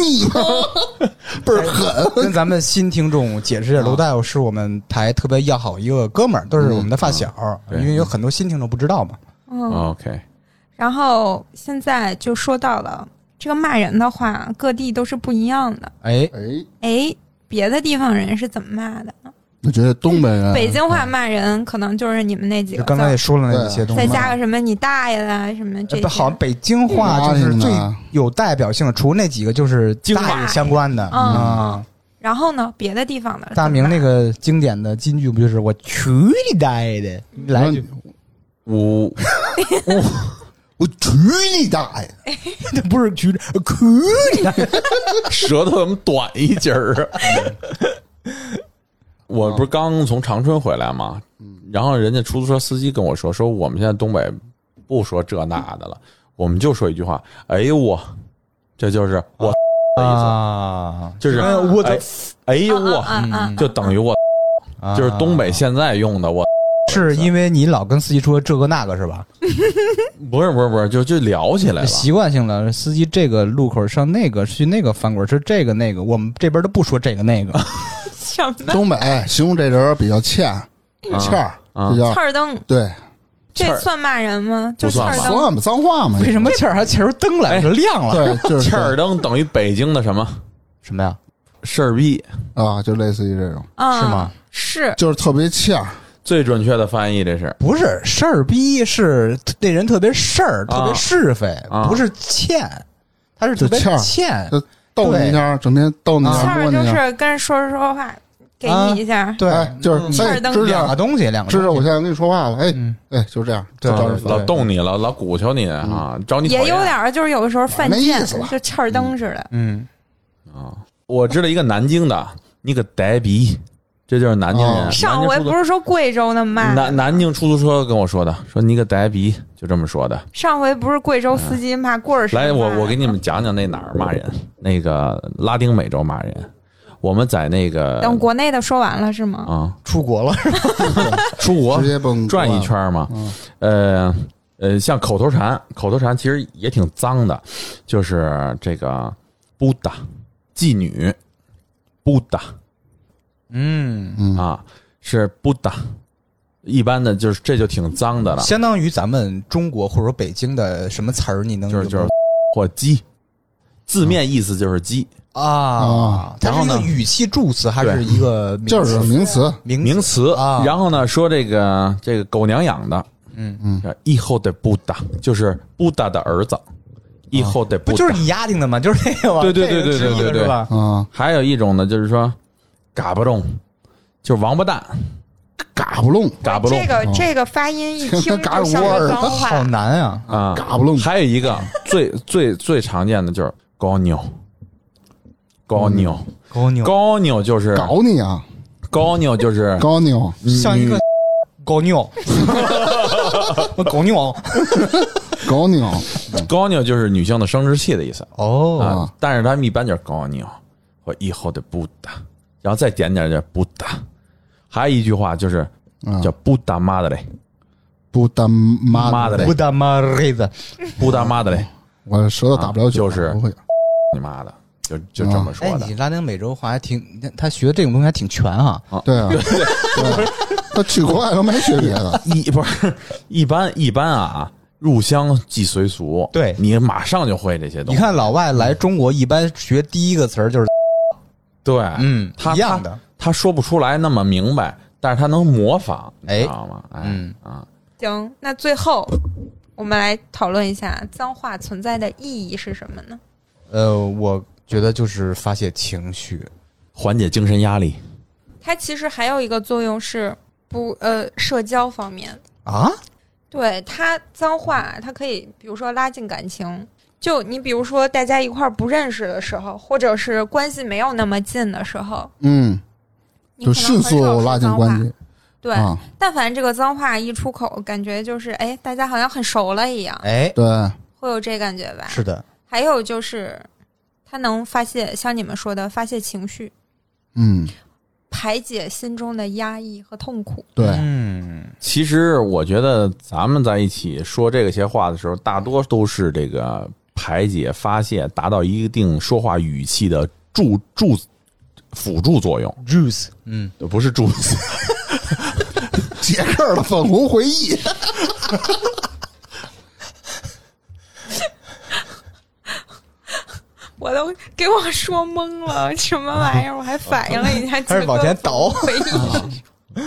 S1: 你妈 倍儿狠！
S3: 哎
S6: 跟咱们新听众解释一下，
S3: 啊
S6: 罗大夫是我们台特别要好一个哥们儿，都是我们的发小，
S3: 嗯
S6: 因为有很多新听众不知道嘛。
S5: 嗯，
S6: 哦
S3: OK，
S5: 然后现在就说到了这个骂人的话，各地都是不一样的。
S6: 哎，
S1: 哎，
S5: 哎，别的地方人是怎么骂的？
S1: 我觉得东北人，
S5: 北京话骂人可能就是你们那几
S6: 嗯就
S5: 个
S6: 刚
S5: 字
S6: 才也
S5: 儿，
S6: 说了那些东
S5: 再
S6: 西。
S5: 加个什么你大爷啦，什么这
S6: 呃
S5: 些
S6: 不。好，北京话就是最有代表性的，除了那几个就是大爷相关的
S5: 嗯
S6: 啊。
S5: 然后呢，别的地 方的
S6: 大明那
S5: 个
S6: 个
S3: 嗯
S6: 经典的金句不就是“我去你大爷的”？你来一句，
S3: 我
S1: 我去你大爷！
S6: 那不是去可以啊
S3: 舌头怎么短一截儿啊？ 我不是刚从长春回来吗？然后人家出租车司机跟我说，说我们现在东北不说这那的了，我们就说一句话，哎呦我，这就是我，
S6: 啊
S3: 就是
S6: 哎我的
S3: 哎哎呦
S5: 啊
S3: 我，
S5: 啊啊啊
S3: 就等于我，哎就是
S6: 啊
S3: 东北现在用的我，
S6: 是因为你老跟司机说这个那个是吧？
S3: 不是不是不是，就就聊起来了。
S6: 习惯性了，司机这个路口上那个去那个翻滚吃这个那个，我们这边都不说这个那个，
S5: 什么
S1: 东北哎形容这人比较欠欠儿，
S3: 啊
S1: 这叫
S5: 刺儿灯？
S1: 对，
S3: 刺
S5: 这
S3: 儿
S5: 算骂人吗？就
S3: 不
S5: 刺
S3: 算
S5: 儿
S3: 吧
S5: 灯，
S1: 算吧，脏话嘛。
S6: 为什么气儿还气儿灯 来着亮了？
S1: 对，就是
S3: 切尔登等于北京的什么
S6: 什么呀？
S3: 事儿逼？
S1: 啊，就类似于这种，
S5: 嗯
S6: 是吗？
S3: 啊
S5: 是
S1: 就是特别欠儿。
S3: 最准确的翻译这是
S6: 不是事儿逼，是那人特别事儿，
S3: 啊
S6: 特别是非，
S3: 啊
S6: 不是欠，他是特别
S1: 就欠儿
S6: 欠。
S1: 就逗你一下，整天逗你一
S5: 刺
S1: 下，
S5: 儿
S1: 摸
S5: 就
S1: 你一下。
S5: 是跟人说着说话，给
S3: 啊
S5: 你一下，
S6: 对，
S1: 哎，就是
S5: 刺
S1: 哎
S5: 儿，灯
S1: 知
S6: 两
S1: 道
S6: 个东西，两个
S1: 知
S6: 东西
S1: 道，我现在跟你说话了，哎
S6: 嗯
S1: 哎，就是这样，
S6: 对
S1: 就
S6: 对
S1: 招人
S6: 对
S1: 烦
S3: 老动你了，老鼓跷你啊，
S6: 嗯
S3: 找你讨
S5: 也
S3: 厌
S5: 有点儿，就是有的时候犯
S1: 没意
S5: 贱
S1: 思了，
S5: 就刺儿灯似的。
S6: 嗯，
S3: 我知道一个南京的，你个呆逼，这就是南京人。
S1: 哦
S3: 南京
S5: 上回
S3: 出租
S5: 不是说贵州那么骂的
S3: 南
S5: 吗，
S3: 南京出租车跟我说的，说你个呆逼，就这么说的。
S5: 上回不是贵州司机骂棍儿似
S3: 嗯
S5: 的
S3: 来，我我给
S5: 你
S3: 你们讲讲那哪儿骂人，那个拉丁美洲骂人。我们在那个
S5: 等国内的说完了是吗？
S3: 呃啊，
S6: 出国了，
S3: 出国
S1: 直接嗯蹦
S3: 转一。圈嘛，呃呃，像口头禅，口头禅其实也挺脏的，就是这个布达妓女，布达
S6: 嗯，
S1: 嗯，
S3: 啊，是不打，一般的就是这就挺脏的了，
S6: 相当于咱们中国或者说北京的什么词儿，你能
S3: 就是就是
S6: 有
S3: 或鸡，字面意思就是鸡，
S6: 啊
S1: 啊，
S6: 它
S3: 然后
S6: 是一
S3: 呢
S6: 个语气助词还
S3: 对
S6: 是一个名
S1: 就是
S6: 词
S1: 名词，
S6: 名
S3: 名
S6: 词
S3: 词
S6: 啊。
S3: 然后呢，说这个这个狗娘养的，
S6: 嗯
S3: 嗯，以后的布达就是布达的儿子，以后的
S6: 啊不
S3: 布达
S6: 就是你丫定的吗？ 就是那个吗？
S3: 对对对
S6: 这个
S3: 对对
S6: 直译
S3: 对对
S6: 是吧？
S1: 啊，
S3: 还有一种呢，就是说嘎巴中，就是王八蛋，
S1: 嘎不弄，
S3: 嘎巴中嗯
S5: 这个
S1: 哦
S5: 这个发音一听 就
S1: 嘎
S5: 像
S1: 嘎窝
S5: 个
S1: 儿
S5: 脏
S6: 好
S5: 话，
S6: 难啊！
S3: 啊，
S1: 嘎不弄，
S3: 还有一个最最最常见的就是高妞，高妞，
S6: 狗牛，
S3: 高妞就是
S1: 搞你啊，
S3: 高 妞就是
S1: 搞你哦，
S6: 像一个狗 牛，狗牛
S1: 搞你哦，
S3: 高妞就是女性的生殖器的意思
S6: 哦，
S3: 啊，但是他们一般就是高妞或以后的布达，然后再点点就是布达，还有一句话就是
S1: 嗯
S3: 叫布达妈的嘞，
S1: 不他妈
S3: 妈的嘞
S6: 不他妈日子，
S3: 布达妈的嘞，
S1: 我舌头打不了酒，
S3: 啊就是
S1: 不会
S3: 你妈的，就就这么
S6: 哎
S3: 说，的
S6: 你。拉丁美洲话还挺，他学这种东西还挺全啊。
S1: 对 啊，对啊，他去国外都没学别的，
S3: 一不是一般一般啊，入乡即随俗，
S6: 对
S3: 你马上就会这些东
S6: 你
S3: 西。
S6: 看老外来中国，一般学第一个词儿就是
S3: 对，
S6: 嗯
S3: 他
S6: 一样的
S3: 他，他说不出来那么明白，但是他能模仿，
S6: 哎
S3: 你知道吗？哎，
S6: 嗯
S3: 啊，
S5: 行，那最后我们来讨论一下脏话存在的意义是什么呢？
S6: 呃，我觉得就是发泄情绪，
S3: 缓解精神压力。
S5: 它其实还有一个作用是不呃社交方面，
S6: 啊，
S5: 对它脏话，它可以比如说拉近感情。就你比如说大家一块儿不认识的时候，或者是关系没有那么近的时候，
S1: 嗯，
S5: 你
S1: 就
S5: 可能
S1: 迅
S5: 很少
S1: 速
S5: 说
S1: 拉近
S5: 脏
S1: 关
S5: 话
S1: 系
S5: 对，
S1: 啊，
S5: 但凡这个脏话一出口，感觉就是哎，大家好像很熟了一样，
S6: 哎，
S1: 对，
S5: 会有这感觉吧？
S6: 是的，
S5: 还有就是，它能发泄，像你们说的发泄情绪，
S1: 嗯，
S5: 排解心中的压抑和痛苦。
S1: 对，
S6: 嗯，
S3: 其实我觉得咱们在一起说这个些话的时候，大多都是这个排解、发泄，达到一定说话语气的助助辅助作用，
S6: juice，嗯，
S3: 不是助。
S1: 杰克的粉红回忆，
S5: 我都给我说懵了，什么玩意儿？我还反应了一下，
S6: 开始往前倒
S5: 回忆。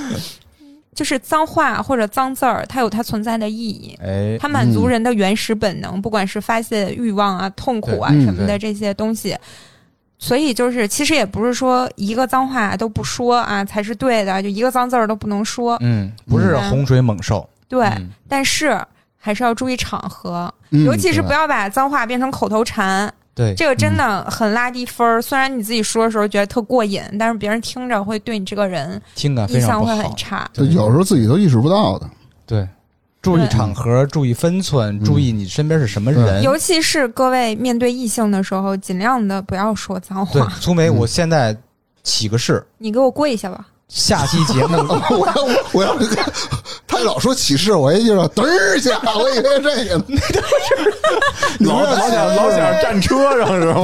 S5: 就是脏话或者脏字儿，它有它存在的意义，
S6: 哎，
S5: 它满足人的原始本能，不管是发泄欲望啊、痛苦啊
S1: 对嗯
S5: 什么的这些东西。所以就是，其实也不是说一个脏话都不说啊才是对的，就一个脏字儿都不能说。
S6: 嗯，不是
S5: 嗯
S6: 洪水猛兽，
S5: 对，
S6: 嗯
S5: 但是还是要注意场合，
S1: 嗯
S5: 尤其是
S6: 对吧
S5: 不要把脏话变成口头禅，
S6: 对，
S5: 这个真的
S6: 嗯
S5: 很拉低分儿。虽然你自己说的时候觉得特过瘾，但是别人听着会对你这个人
S6: 听感啊非
S5: 印
S6: 常
S5: 象
S6: 不
S5: 会
S6: 好
S5: 很。差。
S1: 就有时候自己都意识不到的。
S6: 对，注意
S5: 对
S6: 场合，注意分
S1: 嗯
S6: 寸，注意你身边是什么人。
S5: 尤其是各位面对异性的时候，尽量的不要说脏
S6: 对
S5: 话，。
S6: 粗梅，
S1: 嗯
S6: 我现在起个誓，
S5: 你给我跪下吧，
S6: 下期节 目
S1: 我要我要是他老说起誓，我一记着嘚儿一下，我以为这个呢。 你不
S3: 老
S1: 要
S3: 老
S1: 起
S3: 想老想 站车上是吗？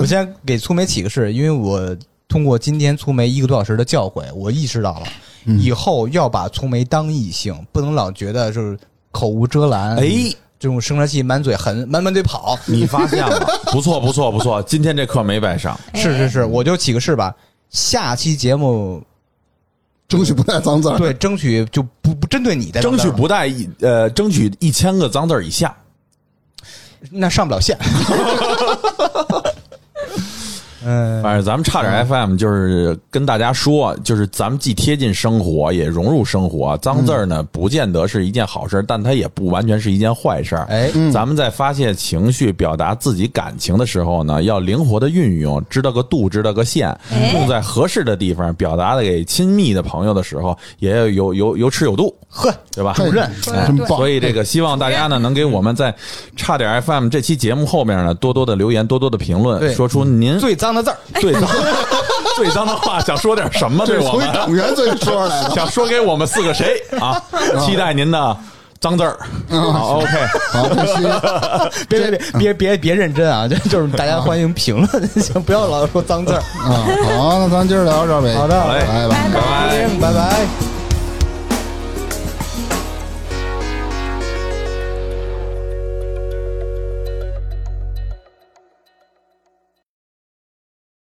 S6: 我先给粗梅起个誓，因为我通过今天粗梅一个多小时的教诲，我意识到了、
S1: 嗯
S6: 以后要把粗梅当异性，不能老觉得就是口无遮拦，
S3: 哎，
S6: 这种生殖器满嘴横，满满嘴跑。
S3: 你发现了，不错不错不错，今天这课没白上。
S6: 是是是，我就起个誓吧，下期节 目
S1: 争取不带脏字儿。
S6: 对争取就不不针对你的，
S3: 争取不带一呃，争取一千个脏字儿以下。
S6: 那上不了 线。嗯，
S3: 反正哎咱们差点 FM 就是跟大家说，就是咱们既贴近生活，也融入生活。脏字儿呢，不见得是一件好事儿，但它也不完全是一件坏事儿。
S6: 哎，
S3: 咱们在发泄情绪、表达自己感情的时候呢，要灵活的运用，知道个度，知道个线，
S5: 哎
S3: 用在合适的地方，表达的给亲密的朋友的时候，也要有有有尺有度，
S6: 呵，
S3: 对吧？
S1: 嘿
S5: 说得
S1: 真
S5: 对
S1: 棒！
S3: 哎所以这个希望大家呢，能给我们在差点 FM 这期节目后面呢，多多的留言，多多的评论，
S6: 对
S3: 说出您
S6: 最脏的字儿，
S3: 最脏最脏的话，想说点什么对
S1: 这是
S3: 我
S1: 从
S3: 们，
S1: 党员嘴里说出来 的。
S3: 想说给我们四个谁啊？期待您的脏字儿。好，OK，
S1: 好，这期
S6: 别别别别别别认真啊！ 就就是大家欢迎评 论，行，不要老说脏字儿。
S3: 嗯
S1: 啊，好，那咱今儿聊到这儿呗。
S6: 好的
S3: 好嘞
S1: 拜拜。
S3: 拜拜。
S6: 拜拜。